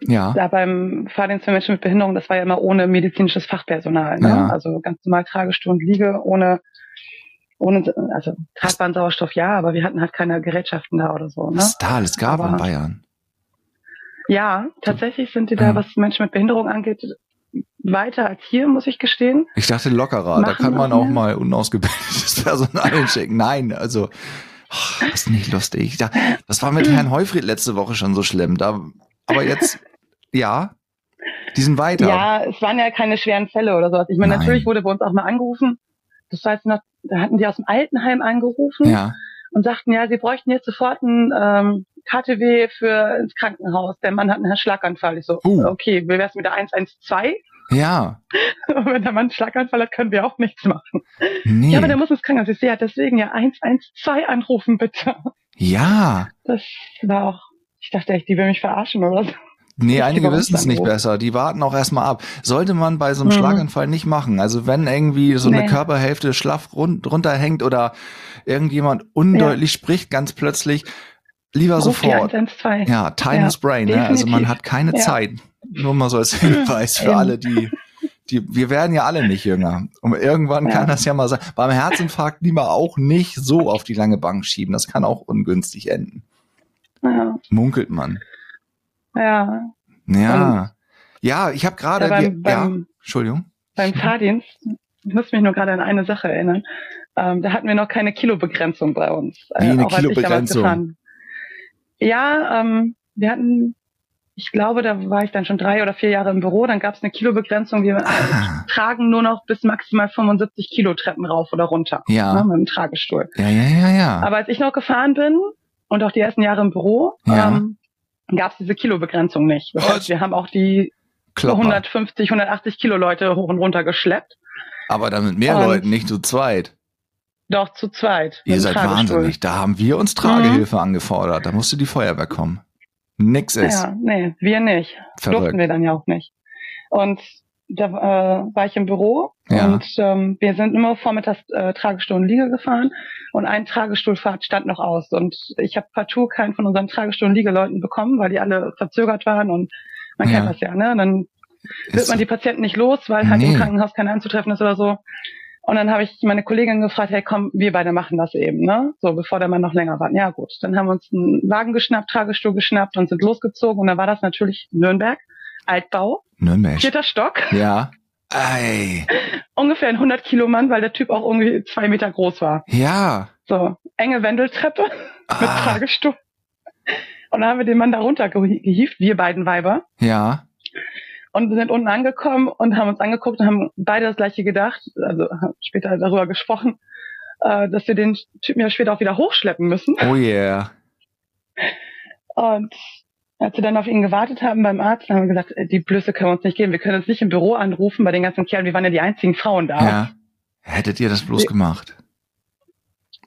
ja. da beim Fahrdienst für Menschen mit Behinderung, das war ja immer ohne medizinisches Fachpersonal. Ne? Ja. Also ganz normal Tragestuhl und Liege, ohne, ohne, also Tragbahn, Sauerstoff ja, aber wir hatten halt keine Gerätschaften da oder so. Ne? Was da alles gab in Aber- Bayern. Ja, tatsächlich sind die da, Ja. was Menschen mit Behinderung angeht, weiter als hier, muss ich gestehen. Ich dachte lockerer, da Machen kann man noch auch mehr? mal unausgebildetes [LAUGHS] Personal hinschicken. Nein, also oh, ist nicht lustig. Da, das war mit Herrn Heufried letzte Woche schon so schlimm. Da, aber jetzt, ja, die sind weiter. Ja, es waren ja keine schweren Fälle oder sowas. Ich meine, Nein. natürlich wurde bei uns auch mal angerufen. Das heißt noch, da hatten die aus dem Altenheim angerufen. ja. und sagten, ja, sie bräuchten jetzt sofort ein ähm, KTW für ins Krankenhaus. Der Mann hat einen Schlaganfall. Ich so, Uh. okay, wir wär's mit der 112. ja. [LAUGHS] Und Wenn der Mann einen Schlaganfall hat, können wir auch nichts machen. Nee. Ja, aber der muss ins Krankenhaus. Ich so, ja, deswegen ja 112 anrufen, bitte. ja. Das war auch, ich dachte echt, die will mich verarschen oder so. Nee, einige über wissen es Russland nicht hoch. besser. Die warten auch erstmal ab. Sollte man bei so einem Schlaganfall nicht machen. Also wenn irgendwie so eine Hm. Nee. Körperhälfte schlaff run runterhängt oder irgendjemand undeutlich spricht ganz plötzlich, lieber Ruf die sofort. 112. Ja, time Ja, is brain. Ne? Also man definitiv. hat keine Ja. Zeit. Nur mal so [LAUGHS] als Hinweis für Eben. alle, die, die, wir werden ja alle nicht jünger. Und irgendwann Ja. kann das ja mal sein. Beim Herzinfarkt lieber auch nicht so auf die lange Bank schieben. Das kann auch ungünstig enden. Ja. Munkelt man. ja. Ja. Ja, ich habe gerade. Ja, beim- die- ja, beim- Entschuldigung. Beim Hm. Fahrdienst, ich muss mich nur gerade an eine Sache erinnern, ähm, da hatten wir noch keine Kilobegrenzung bei uns. Äh, Wie, eine auch als ich damals Kilobegrenzung? gefahren bin. Ja, ähm, wir hatten, ich glaube, da war ich dann schon drei oder vier Jahre im Büro, dann gab es eine Kilobegrenzung, wir Ah, tragen nur noch bis maximal 75 Kilo Treppen rauf oder runter ne, ja. mit dem Tragestuhl. Ja, ja, ja, ja. Aber als ich noch gefahren bin und auch die ersten Jahre im Büro, Ja. ähm, gab es diese Kilobegrenzung nicht. Das Was? heißt, wir haben auch die Klopper. 150, 180 Kilo Leute hoch und runter geschleppt. Aber dann mit mehr Und- Leuten, nicht zu zweit. Doch zu zweit. mit Ihr dem seid Tragestuhl. wahnsinnig. Da haben wir uns Tragehilfe angefordert. Da musste die Feuerwehr kommen. Nix ist. Mhm. Ja, nee, wir nicht. Durften Verrückt. wir dann ja auch nicht. Und da äh, war ich im Büro Ja. und ähm, wir sind immer vormittags äh, Tragestuhl und Liege gefahren und ein Tragestuhlfahrt stand noch aus. Und ich habe partout keinen von unseren Tragestuhl- und Liegeleuten bekommen, weil die alle verzögert waren und man Ja. kennt das ja, ne? Und dann wird Ist- man die Patienten nicht los, weil halt Nee. im Krankenhaus keiner anzutreffen ist oder so. Und dann habe ich meine Kollegin gefragt, hey komm, wir beide machen das eben, ne? So, bevor der Mann noch länger warten. Ja gut, dann haben wir uns einen Wagen geschnappt, Tragestuhl geschnappt und sind losgezogen. Und dann war das natürlich Nürnberg, Altbau, Nürnberg. vierter Stock, Ja. Ey. ungefähr ein 100 Kilo Mann, weil der Typ auch irgendwie zwei Meter groß war. Ja. So, enge Wendeltreppe [LAUGHS] mit Ah, Tragestuhl. Und dann haben wir den Mann da runter gehi- gehievt, wir beiden Weiber. ja. und wir sind unten angekommen und haben uns angeguckt und haben beide das gleiche gedacht, also haben später darüber gesprochen, äh, dass wir den Typen ja später auch wieder hochschleppen müssen. Oh yeah. Und als wir dann auf ihn gewartet haben beim Arzt, haben wir gesagt, äh, die Blöße können wir uns nicht geben, wir können uns nicht im Büro anrufen bei den ganzen Kerlen, wir waren ja die einzigen Frauen da. Ja. Hättet ihr das bloß Wir- gemacht?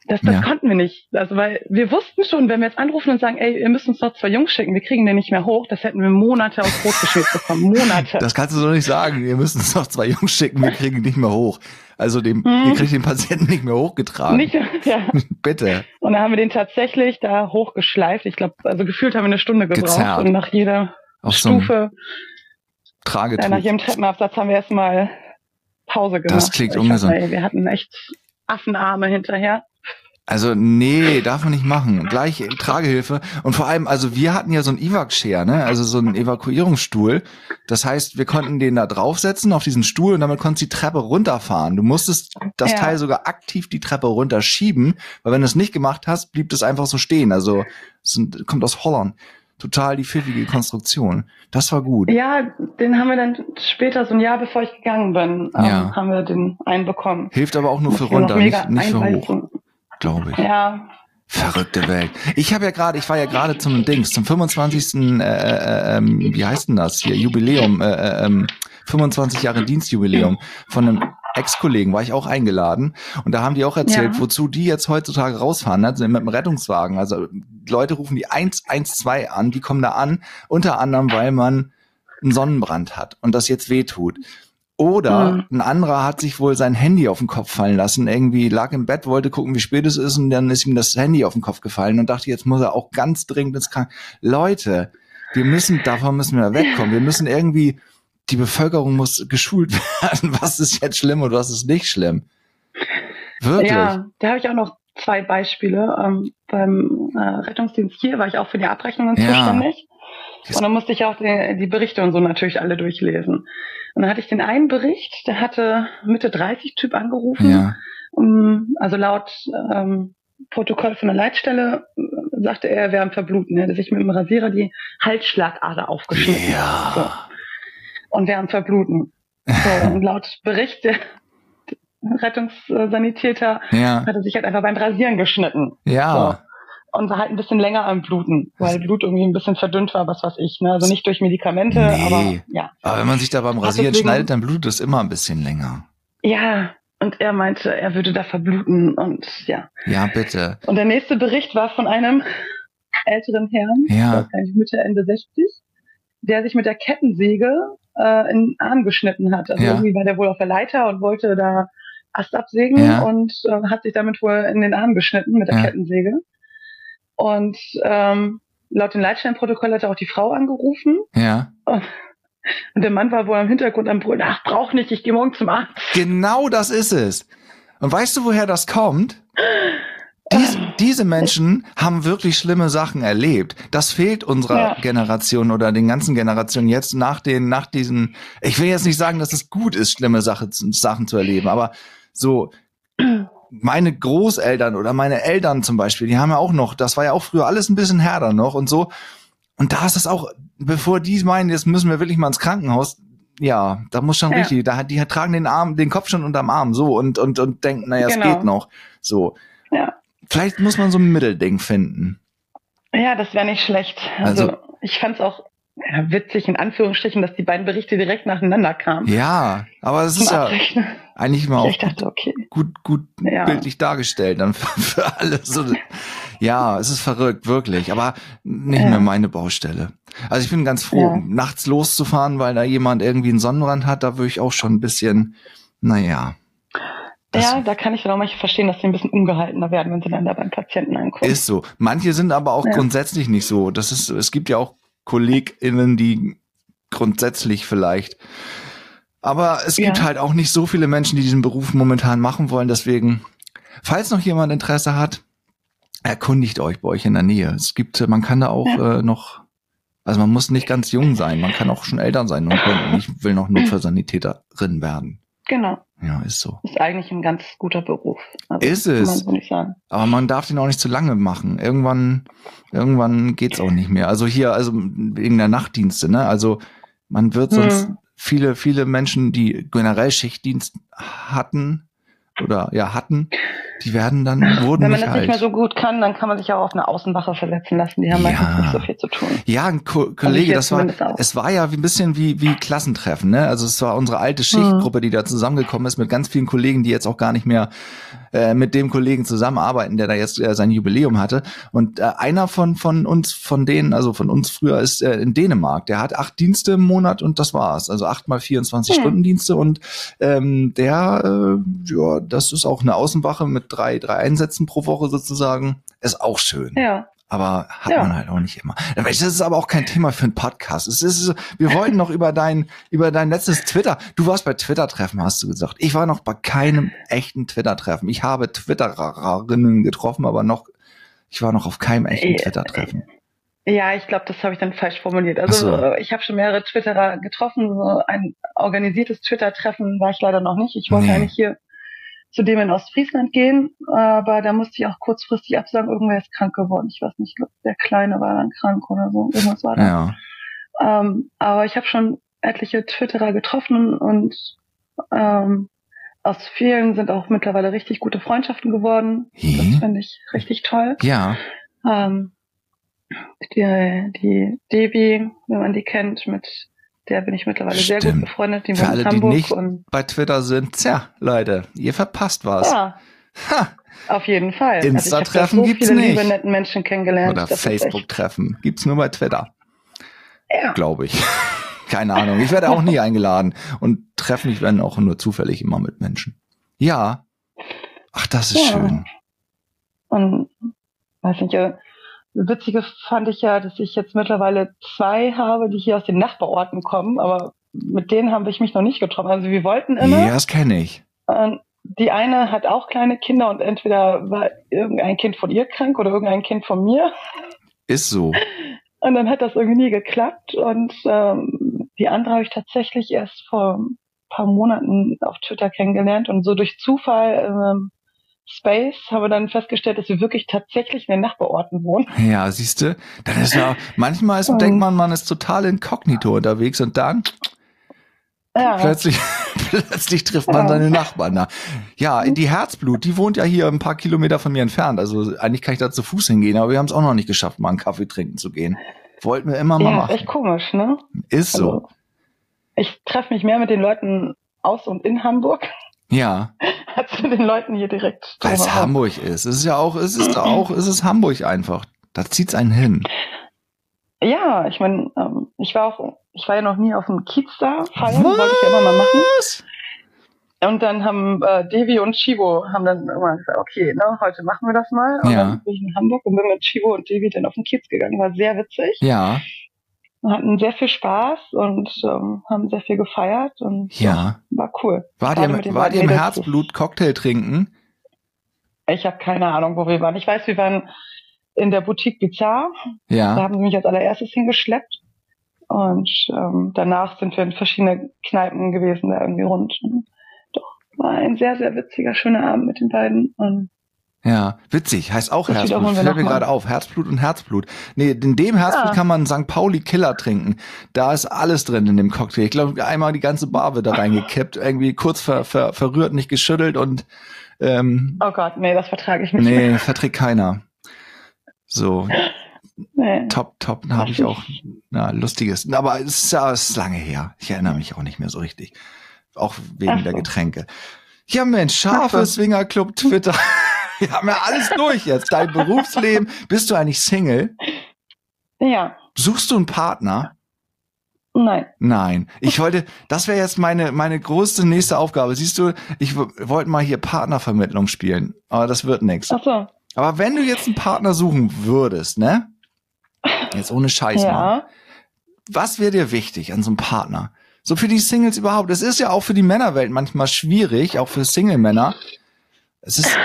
Das, das Ja. konnten wir nicht. Also weil wir wussten schon, wenn wir jetzt anrufen und sagen, ey, ihr müsst uns noch zwei Jungs schicken, wir kriegen den nicht mehr hoch, das hätten wir Monate aufs Brot geschmiert bekommen. Monate. [LAUGHS] Das kannst du doch nicht sagen. Wir müssen uns noch zwei Jungs schicken. Wir kriegen ihn nicht mehr hoch. Also, dem, ihr kriegt den Patienten nicht mehr hochgetragen. Mhm. nicht, [LAUGHS] ja. [LAUGHS] Bitte. Und dann haben wir den tatsächlich da hochgeschleift. Ich glaube, also gefühlt haben wir eine Stunde gebraucht. Gezerrt. Und nach jeder Auf so einem Stufe, äh, nach Tragetuch. jedem Treppenabsatz haben wir erstmal Pause gemacht. Das klingt Ich sag ungesund. mal, ey, wir hatten echt Affenarme hinterher. Also nee, darf man nicht machen. Gleich äh, Tragehilfe. Und vor allem, also wir hatten ja so einen Evac-Share, ne? also so einen Evakuierungsstuhl. Das heißt, wir konnten den da draufsetzen auf diesen Stuhl und damit konntest du die Treppe runterfahren. Du musstest das Ja. Teil sogar aktiv die Treppe runterschieben, weil wenn du es nicht gemacht hast, blieb das einfach so stehen. Also es sind, kommt aus Holland. Total die pfiffige Konstruktion. Das war gut. Ja, den haben wir dann später, so ein Jahr bevor ich gegangen bin, ähm, Ja. haben wir den einen bekommen. Hilft aber auch nur für Das war noch runter, mega nicht, nicht für hoch, Einweisung. glaube ich. Ja, Verrückte Welt. Ich habe ja gerade, ich war ja gerade zum Dings, zum 25. Äh, äh, ähm, wie heißt denn das hier? Jubiläum, äh, äh, ähm, 25 Jahre Dienstjubiläum von einem Ex-Kollegen war ich auch eingeladen und da haben die auch erzählt, Ja. wozu die jetzt heutzutage rausfahren, also mit dem Rettungswagen. Also Leute rufen die 112 an, die kommen da an, unter anderem, weil man einen Sonnenbrand hat und das jetzt wehtut. Oder Mhm. ein anderer hat sich wohl sein Handy auf den Kopf fallen lassen. Irgendwie lag im Bett, wollte gucken, wie spät es ist und dann ist ihm das Handy auf den Kopf gefallen und dachte, jetzt muss er auch ganz dringend ins Krankenhaus. Leute, wir müssen, davon müssen wir wegkommen. Wir müssen irgendwie, die Bevölkerung muss geschult [LAUGHS] werden. Was ist jetzt schlimm und was ist nicht schlimm? Wirklich? Ja, da habe ich auch noch zwei Beispiele. Ähm, beim äh, Rettungsdienst hier war ich auch für die Abrechnungen Ja. zuständig. Das- Und dann musste ich auch die, die Berichte und so natürlich alle durchlesen. Und dann hatte ich den einen Bericht, der hatte Mitte 30 Typ angerufen. Ja. Um, also laut ähm, Protokoll von der Leitstelle äh, sagte er, er wäre am Verbluten. Er hätte sich mit dem Rasierer die Halsschlagader aufgeschnitten. Ja. So. Und wäre am Verbluten. [LAUGHS] So, und laut Bericht der Rettungssanitäter Ja. hat er sich halt einfach beim Rasieren geschnitten Ja. und war halt ein bisschen länger am Bluten, weil Blut irgendwie ein bisschen verdünnt war, was weiß ich. Ne? Also nicht durch Medikamente, Nee. aber ja. Aber wenn man sich da beim Hat Rasieren deswegen- schneidet, dann blutet es immer ein bisschen länger. Ja, und er meinte, er würde da verbluten und ja. Ja, bitte. Und der nächste Bericht war von einem älteren Herrn, Ja. ich weiß gar nicht, Mitte, Ende 60, der sich mit der Kettensäge äh, in den Arm geschnitten hat. Also Ja. irgendwie war der wohl auf der Leiter und wollte da Ast absägen Ja. und äh, hat sich damit wohl in den Arm geschnitten mit der Ja. Kettensäge. Und ähm, laut dem Leitsteinprotokoll hat er auch die Frau angerufen Ja. und der Mann war wohl im Hintergrund am Brüllen, ach, brauch nicht, ich gehe morgen zum Arzt. Genau das ist es. Und weißt du, woher das kommt? Dies, diese Menschen haben wirklich schlimme Sachen erlebt. Das fehlt unserer Ja. Generation oder den ganzen Generationen jetzt nach den, nach diesen, ich will jetzt nicht sagen, dass es gut ist, schlimme Sache, Sachen zu erleben, aber so, meine Großeltern oder meine Eltern zum Beispiel, die haben ja auch noch, das war ja auch früher alles ein bisschen härter noch und so. Und da ist es auch, bevor die meinen, jetzt müssen wir wirklich mal ins Krankenhaus, ja, da muss schon Ja. richtig, da hat- die tragen den Arm, den Kopf schon unterm Arm, so und und und denken, naja, es Genau. geht noch, so. Ja. Vielleicht muss man so ein Mittelding finden. Ja, das wäre nicht schlecht. Also, Also- ich fand es auch ja, witzig, in Anführungsstrichen, dass die beiden Berichte direkt nacheinander kamen. Ja, aber es Zum ist [LAUGHS] ja Abrechnen. eigentlich mal auch ich dachte, okay. gut, gut Ja. bildlich dargestellt dann [LAUGHS] für, für alle. So, ja, es ist verrückt, wirklich. Aber nicht Ja. mehr meine Baustelle. Also ich bin ganz froh, Ja. nachts loszufahren, weil da jemand irgendwie einen Sonnenbrand hat, da würde ich auch schon ein bisschen, naja. Das ja, da kann ich dann auch manche verstehen, dass sie ein bisschen ungehaltener werden, wenn sie dann da beim Patienten ankommen. ist so. Manche sind aber auch Ja. grundsätzlich nicht so. Das ist, es gibt ja auch KollegInnen, die grundsätzlich vielleicht. Aber es gibt Ja. halt auch nicht so viele Menschen, die diesen Beruf momentan machen wollen. Deswegen, falls noch jemand Interesse hat, erkundigt euch bei euch in der Nähe. Es gibt, äh, man kann da auch äh, noch, also man muss nicht ganz jung sein, man kann auch schon Eltern sein und können, ich will noch Notfallsanitäterin werden. genau. Ja, ist so. Ist eigentlich ein ganz guter Beruf. Also, Ist kann man es. so nicht sagen. Aber man darf den auch nicht zu lange machen. Irgendwann, irgendwann geht's auch nicht mehr. Also hier, also wegen der Nachtdienste, ne? Also man wird sonst Hm. viele, viele Menschen, die generell Schichtdienst hatten oder ja hatten, die werden dann wurden Wenn man nicht das alt. nicht mehr so gut kann, dann kann man sich auch auf eine Außenwache versetzen lassen. Die haben Ja. meistens nicht so viel zu tun. ja, ein Ko Also ich Kollege, jetzt das war, zumindest auch. es war ja wie ein bisschen wie, wie Klassentreffen, ne? Also es war unsere alte Schichtgruppe, die da zusammengekommen ist mit ganz vielen Kollegen, die jetzt auch gar nicht mehr äh, mit dem Kollegen zusammenarbeiten, der da jetzt äh, sein Jubiläum hatte. Und äh, einer von, von uns, von denen, also von uns früher, ist äh, in Dänemark. Der hat acht Dienste im Monat und das war's. Also acht mal 24 Hm. Stunden Dienste und ähm, der, äh, ja, das ist auch eine Außenwache mit drei, drei Einsätzen pro Woche sozusagen. Ist auch schön Ja, aber hat Ja. man halt auch nicht immer. Aber Das ist aber auch kein Thema für einen Podcast. Es ist, so- wir wollten noch über dein, über dein letztes Twitter. Du warst bei Twitter-Treffen, hast du gesagt. Ich war noch bei keinem echten Twitter-Treffen. Ich habe Twittererinnen getroffen, aber noch, ich war noch auf keinem echten Ja. Twitter-Treffen. ja ich glaube, das habe ich dann falsch formuliert. Also Ach so. äh, ich habe schon mehrere Twitterer getroffen. So ein organisiertes Twitter-Treffen war ich leider noch nicht. Ich wollte Nee. eigentlich hier zu dem in Ostfriesland gehen, aber da musste ich auch kurzfristig absagen. Irgendwer ist krank geworden. Ich weiß nicht, ich glaub, der Kleine war dann krank oder so. Irgendwas war da. Ja. Ähm, aber ich habe schon etliche Twitterer getroffen und ähm, aus vielen sind auch mittlerweile richtig gute Freundschaften geworden. Das Hi. finde ich richtig toll. Hm? Ja. Ähm, die, die Debi, wenn man die kennt, mit der bin ich mittlerweile sehr gut Stimmt. befreundet. Die Für wohnt alle, in die Hamburg nicht- und Bei Twitter sind, tja, Leute, ihr verpasst was. ja, Ha, auf jeden Fall. Also ich hab da Insta-Treffen so gibt's viele nicht. liebe netten Menschen kennengelernt. oder Das ist echt- Facebook-Treffen. Gibt's nur bei Twitter. Ja, glaube ich. [LAUGHS] Keine Ahnung. Ich werde auch nie eingeladen. Und treffen mich werden auch nur zufällig immer mit Menschen. Ja. Ach, das ist Ja. schön. Und weiß nicht, äh, witzige fand ich ja, dass ich jetzt mittlerweile zwei habe, die hier aus den Nachbarorten kommen, aber mit denen habe ich mich noch nicht getroffen. Also wir wollten Ja, immer. das kenne ich. Und die eine hat auch kleine Kinder und entweder war irgendein Kind von ihr krank oder irgendein Kind von mir. Ist so. Und dann hat das irgendwie nie geklappt. Und ähm, die andere habe ich tatsächlich erst vor ein paar Monaten auf Twitter kennengelernt. Und so durch Zufall ähm, Space haben wir dann festgestellt, dass wir wirklich tatsächlich in den Nachbarorten wohnen. Ja, siehste, dann ist ja, manchmal ist, Ähm. denkt man, man ist total inkognito unterwegs und dann Ja, [LAUGHS] plötzlich, plötzlich trifft man Ja. seine Nachbarn. Na, ja, die Herzblut, die wohnt ja hier ein paar Kilometer von mir entfernt. Also eigentlich kann ich da zu Fuß hingehen, aber wir haben es auch noch nicht geschafft, mal einen Kaffee trinken zu gehen. Wollten wir immer mal ja ist machen. echt komisch, ne? Ist so. Also, ich treffe mich mehr mit den Leuten aus und in Hamburg [LAUGHS] Ja. als mit den Leuten hier direkt. Weil es drumherum. Hamburg ist. Es ist ja auch, es ist auch, es ist Hamburg einfach. Da zieht's einen hin. Ja, ich meine, ähm, ich war auch, ich war ja noch nie auf dem Kiez da feiern, wollte ich ja immer mal machen. Was? Und dann haben äh, Devi und Chibo haben dann irgendwann gesagt, okay, ne, heute machen wir das mal. Und Ja. dann bin ich in Hamburg und bin mit Chibo und Devi dann auf den Kiez gegangen. War sehr witzig. Ja, Wir hatten sehr viel Spaß und ähm, haben sehr viel gefeiert und ja. war cool. Wart Gerade ihr, mit den wart beiden ihr im Mädels. Herzblut Cocktail trinken? Ich habe keine Ahnung, wo wir waren. Ich weiß, wir waren in der Boutique Bizarre. Da Ja. haben sie mich als allererstes hingeschleppt. Und ähm, danach sind wir in verschiedene Kneipen gewesen, da irgendwie rund. Und Doch, war ein sehr, sehr witziger, schöner Abend mit den beiden. Und Ja, witzig, heißt auch Das wiederholen Herzblut. wir Fällt mir noch mal. gerade auf, Herzblut und Herzblut. Nee, in dem Herzblut Ah. kann man St. Pauli Killer trinken. Da ist alles drin in dem Cocktail. Ich glaube, einmal die ganze Bar wird da reingekippt, irgendwie kurz ver, ver, verrührt, nicht geschüttelt und ähm, oh Gott, nee, das vertrage ich nicht mehr. nee, verträgt keiner. So, Nee. top, top, habe ich [LAUGHS] auch na, lustiges. Aber es ist, ja- es ist lange her. Ich erinnere mich auch nicht mehr so richtig. Auch wegen Ach so. der Getränke. Ja, Mensch, scharfe Ach so. Swingerclub Twitter. [LAUGHS] Wir haben ja alles durch jetzt. Dein Berufsleben. Bist du eigentlich Single? Ja, Suchst du einen Partner? nein. Nein. Ich wollte, das wäre jetzt meine, meine große nächste Aufgabe. Siehst du, ich w- wollte mal hier Partnervermittlung spielen. Aber das wird nichts. Ach so, Aber wenn du jetzt einen Partner suchen würdest, ne? Jetzt ohne Scheiß, Mann. ja. was wäre dir wichtig an so einem Partner? So für die Singles überhaupt. Es ist ja auch für die Männerwelt manchmal schwierig, auch für Single-Männer. Es ist,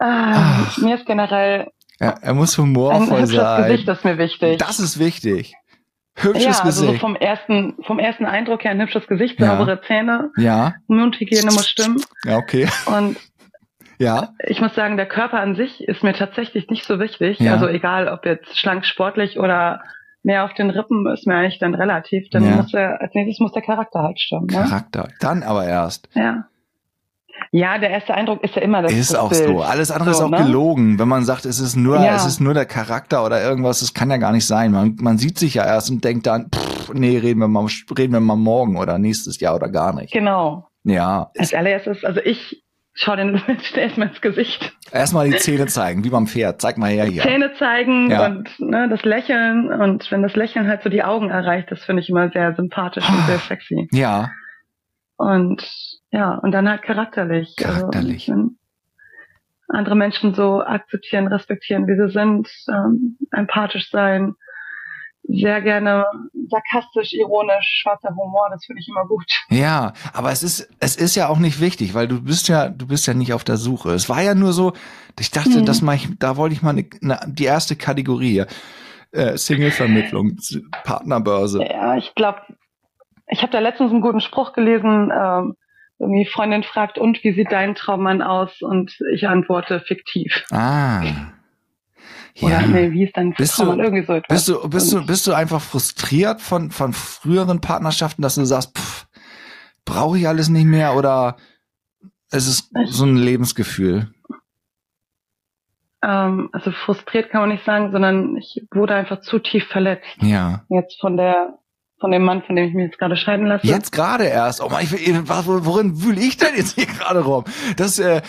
Ah, mir ist generell er, er muss ein humorvoll hübsches sein. Gesicht, Also, das ist mir wichtig. Das ist wichtig. Hübsches ja, also so Gesicht. vom ersten, vom ersten Eindruck her ein hübsches Gesicht, Ja. saubere Zähne, ja, Mundhygiene muss stimmen. ja, okay. [LAUGHS] Und Ja, ich muss sagen, der Körper an sich ist mir tatsächlich nicht so wichtig. Ja. Also egal, ob jetzt schlank, sportlich oder mehr auf den Rippen, ist mir eigentlich dann relativ. Dann Ja. muss der, als nächstes muss der Charakter halt stimmen. Ne? Charakter. Dann aber erst. Ja. Ja, der erste Eindruck ist ja immer das ist das auch Bild. so. Alles andere ist So, auch ne? gelogen, wenn man sagt, es ist nur, Ja. es ist nur der Charakter oder irgendwas. Das kann ja gar nicht sein. Man, man sieht sich ja erst und denkt dann, pff, nee, reden wir mal, reden wir mal morgen oder nächstes Jahr oder gar nicht. Genau. Ja, Als allererstes, also ich schaue den [LAUGHS] Menschen erstmal ins Gesicht. Erstmal die Zähne zeigen, wie beim Pferd. Zeig mal her hier. Zähne zeigen Ja. und ne, das Lächeln. Und wenn das Lächeln halt so die Augen erreicht, das finde ich immer sehr sympathisch [SIGHS] und sehr sexy. Ja, Und ja, und dann halt charakterlich. Charakterlich. Also, wenn andere Menschen so akzeptieren, respektieren, wie sie sind, ähm, empathisch sein, sehr gerne sarkastisch, ironisch, schwarzer Humor, das finde ich immer gut. ja. Aber es ist, es ist ja auch nicht wichtig, weil du bist ja, du bist ja nicht auf der Suche. Es war ja nur so, ich dachte, Mhm. das mach ich, da wollte ich mal ne, ne, die erste Kategorie hier. Äh, Single-Vermittlung, S- Partnerbörse. Ja, ich glaube, ich habe da letztens einen guten Spruch gelesen, ähm, irgendwie Freundin fragt, und wie sieht dein Traummann aus? Und ich antworte, fiktiv. Ah. Oder halt Ja. nee, wie ist dein Bist du- Traummann? irgendwie so etwas. Bist du, bist du, bist du einfach frustriert von, von früheren Partnerschaften, dass du sagst, pff, brauche ich alles nicht mehr oder es ist so ein Lebensgefühl? ähm, also frustriert kann man nicht sagen, sondern ich wurde einfach zu tief verletzt. Ja. Jetzt von der, von dem Mann, von dem ich mich jetzt gerade scheiden lasse. Jetzt gerade erst. Oh Mann, ich, will- was- worin wühle ich denn jetzt hier gerade rum? Das, äh,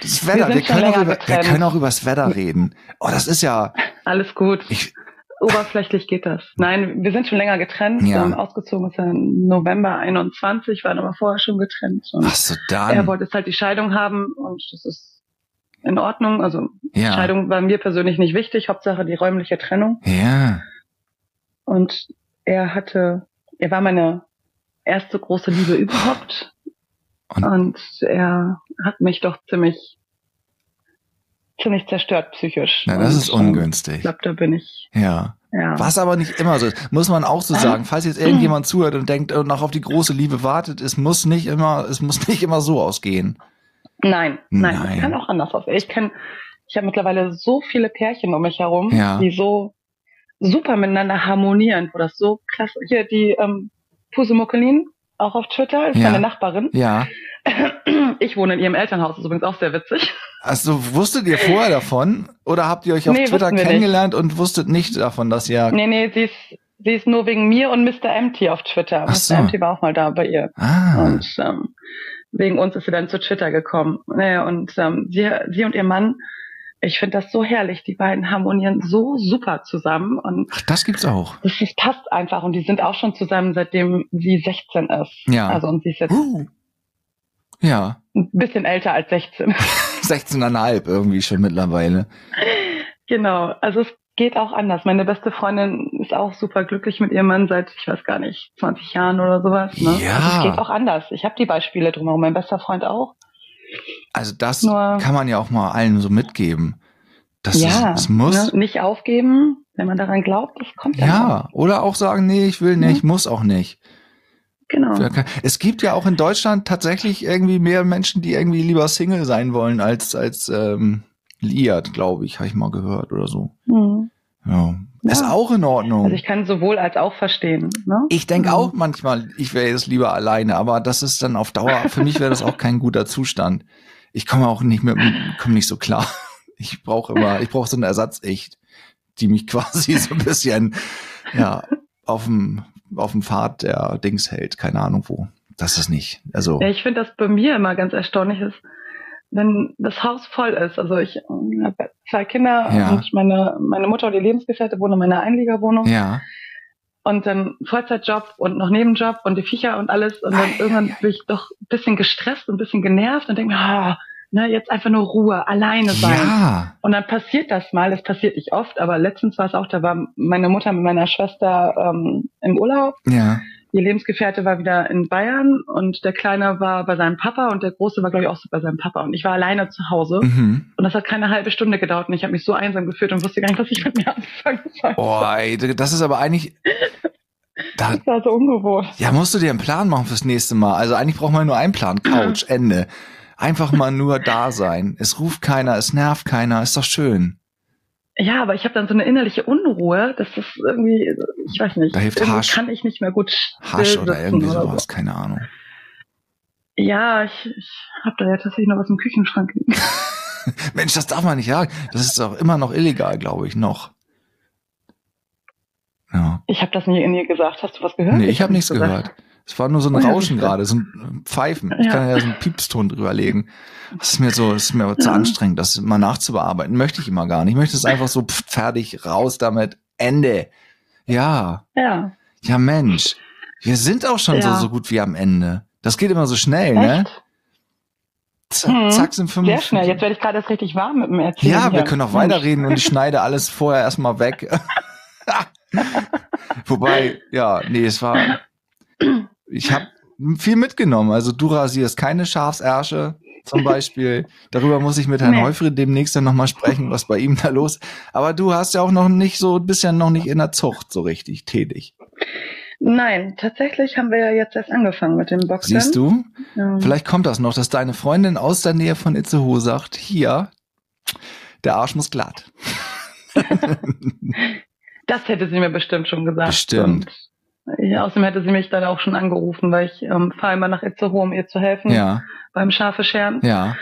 das Wetter. sind Wir, schon können auch länger über, wir getrennt. können auch über das Wetter reden. Oh, das ist ja. Alles gut. Ich, Oberflächlich geht das. Nein, wir sind schon länger getrennt. Ja. Ähm, ausgezogen ist er im November 21, waren aber vorher schon getrennt. Und was so er dann? wollte jetzt halt die Scheidung haben und das ist in Ordnung. Also Ja. Scheidung war mir persönlich nicht wichtig. Hauptsache die räumliche Trennung. Ja. Und er hatte, er war meine erste [SIGHS] große Liebe überhaupt. Und- Und, er hat mich doch ziemlich, ziemlich zerstört psychisch. Na, das Und, ist ähm, Ich ungünstig. glaube, da bin ich, Ja. ja. Was aber nicht immer so ist, muss man auch so Ah. sagen. Falls jetzt irgendjemand zuhört und denkt und noch auf die große Liebe wartet, es muss nicht immer, es muss nicht immer so ausgehen. Nein, nein, Nein. es kann auch anders aussehen. Ich kann, ich habe mittlerweile so viele Pärchen um mich herum, Ja. die so super miteinander harmonieren, wo das so klasse. Hier die ähm, Puse Muckelin, auch auf Twitter, ist Ja. meine Nachbarin. Ja. Ich wohne in ihrem Elternhaus, ist übrigens auch sehr witzig. Also wusstet ihr vorher davon oder habt ihr euch auf Nee, Twitter wussten wir nicht. kennengelernt und wusstet nicht davon, dass ihr Nee, nee, sie ist, sie ist nur wegen mir und Mr. Empty auf Twitter. Ach Mr. so. Empty war auch mal da bei ihr. Ah, Und ähm, wegen uns ist sie dann zu Twitter gekommen. Naja, und ähm, sie, sie und ihr Mann ich finde das so herrlich. Die beiden harmonieren so super zusammen und Ach, das gibt's auch. das, das passt einfach. Und die sind auch schon zusammen, seitdem sie 16 ist. Ja. Also und sie ist jetzt Uh. Ja. ein bisschen älter als 16. 16,5 irgendwie schon mittlerweile. [LAUGHS] genau. Also es geht auch anders. Meine beste Freundin ist auch super glücklich mit ihrem Mann seit, ich weiß gar nicht, 20 Jahren oder sowas. Ne? Ja. Also es geht auch anders. Ich habe die Beispiele drumherum. Mein bester Freund auch. Also das Nur- kann man ja auch mal allen so mitgeben. Das ja. ist, es muss. ne? Nicht aufgeben, wenn man daran glaubt, das kommt dann auch. Ja, oder auch sagen, nee, ich will nicht, Mhm. muss auch nicht. Genau. Es gibt ja auch in Deutschland tatsächlich irgendwie mehr Menschen, die irgendwie lieber Single sein wollen als als ähm, liiert, glaube ich, habe ich mal gehört oder so. Mhm. Ja. Ist Ja. auch in Ordnung. Also ich kann sowohl als auch verstehen. Ne? Ich denke auch manchmal, ich wäre jetzt lieber alleine, aber das ist dann auf Dauer, für mich wäre das auch kein guter Zustand. Ich komme auch nicht mit, komme nicht so klar. Ich brauche immer, ich brauche so eine Ersatz-Ich, die mich [LAUGHS] quasi so ein bisschen, ja, auf dem, auf dem Pfad der Dings hält, keine Ahnung wo. Das ist nicht, also, Ja, ich finde das bei mir immer ganz erstaunlich ist, wenn das Haus voll ist. Also ich habe zwei Kinder Ja. und meine, meine Mutter und ihr Lebensgefährte wohnen in meiner Einliegerwohnung ja, und dann Vollzeitjob und noch Nebenjob und die Viecher und alles und dann Ei, irgendwann bin ich doch ein bisschen gestresst und ein bisschen genervt und denke mir, ah, ne, jetzt einfach nur Ruhe, alleine sein. ja, Und dann passiert das mal, das passiert nicht oft, aber letztens war es auch, da war meine Mutter mit meiner Schwester ähm, im Urlaub ja, Ihr Lebensgefährte war wieder in Bayern und der Kleine war bei seinem Papa und der Große war, glaube ich, auch so bei seinem Papa. Und ich war alleine zu Hause mhm. und das hat keine halbe Stunde gedauert und ich habe mich so einsam gefühlt und wusste gar nicht, was ich mit mir anfangen soll. Boah, ey, das ist aber eigentlich, da, Das war so ungewohnt. Ja, musst du dir einen Plan machen fürs nächste Mal. Also eigentlich braucht man nur einen Plan. Couch, Ende. Einfach mal nur da sein. Es ruft keiner, es nervt keiner, ist doch schön. Ja, aber ich habe dann so eine innerliche Unruhe, dass das irgendwie, ich weiß nicht, Da hilft irgendwie Hasch. kann ich nicht mehr gut still Hasch oder sitzen irgendwie oder so. sowas, keine Ahnung. Ja, ich, ich habe da ja tatsächlich noch was im Küchenschrank liegen. Mensch, das darf man nicht sagen. Das ist doch immer noch illegal, glaube ich, noch. Ja. Ich habe das nie in ihr gesagt. Hast du was gehört? Nee, ich habe hab nichts gesagt. gehört. Es war nur so ein Oh ja, Rauschen siehste. gerade, so ein Pfeifen. Ich Ja. kann ja so einen Piepston drüberlegen. Das ist mir so, das ist mir zu Ja. anstrengend, das immer nachzubearbeiten. Möchte ich immer gar nicht. Ich möchte es einfach so pff, fertig, raus damit, Ende. Ja. Ja, Ja, Mensch. Wir sind auch schon so, Ja. so gut wie am Ende. Das geht immer so schnell, ne? echt? Zack, Mhm. zack sind 55. Sehr schnell. Jetzt werde ich gerade erst richtig warm mit dem Erzählen. ja, wir hier. können auch Mensch. weiterreden und ich schneide alles vorher erstmal weg. [LAUGHS] Wobei, ja, nee, es war. Ich habe viel mitgenommen. Also du rasierst keine Schafsärsche zum Beispiel. Darüber muss ich mit Herrn Nee. Heufried demnächst dann nochmal sprechen, was bei ihm da los ist. Aber du hast ja auch noch nicht so, bist ja noch nicht in der Zucht so richtig tätig. Nein, tatsächlich haben wir ja jetzt erst angefangen mit dem Boxen. Siehst du? Ja. Vielleicht kommt das noch, dass deine Freundin aus der Nähe von Itzehoe sagt, hier, der Arsch muss glatt. Das hätte sie mir bestimmt schon gesagt. Bestimmt. Und, ja, außerdem hätte sie mich dann auch schon angerufen, weil ich ähm, fahre immer nach Itzehoe, um ihr zu helfen Ja, beim Schafe scheren. ja.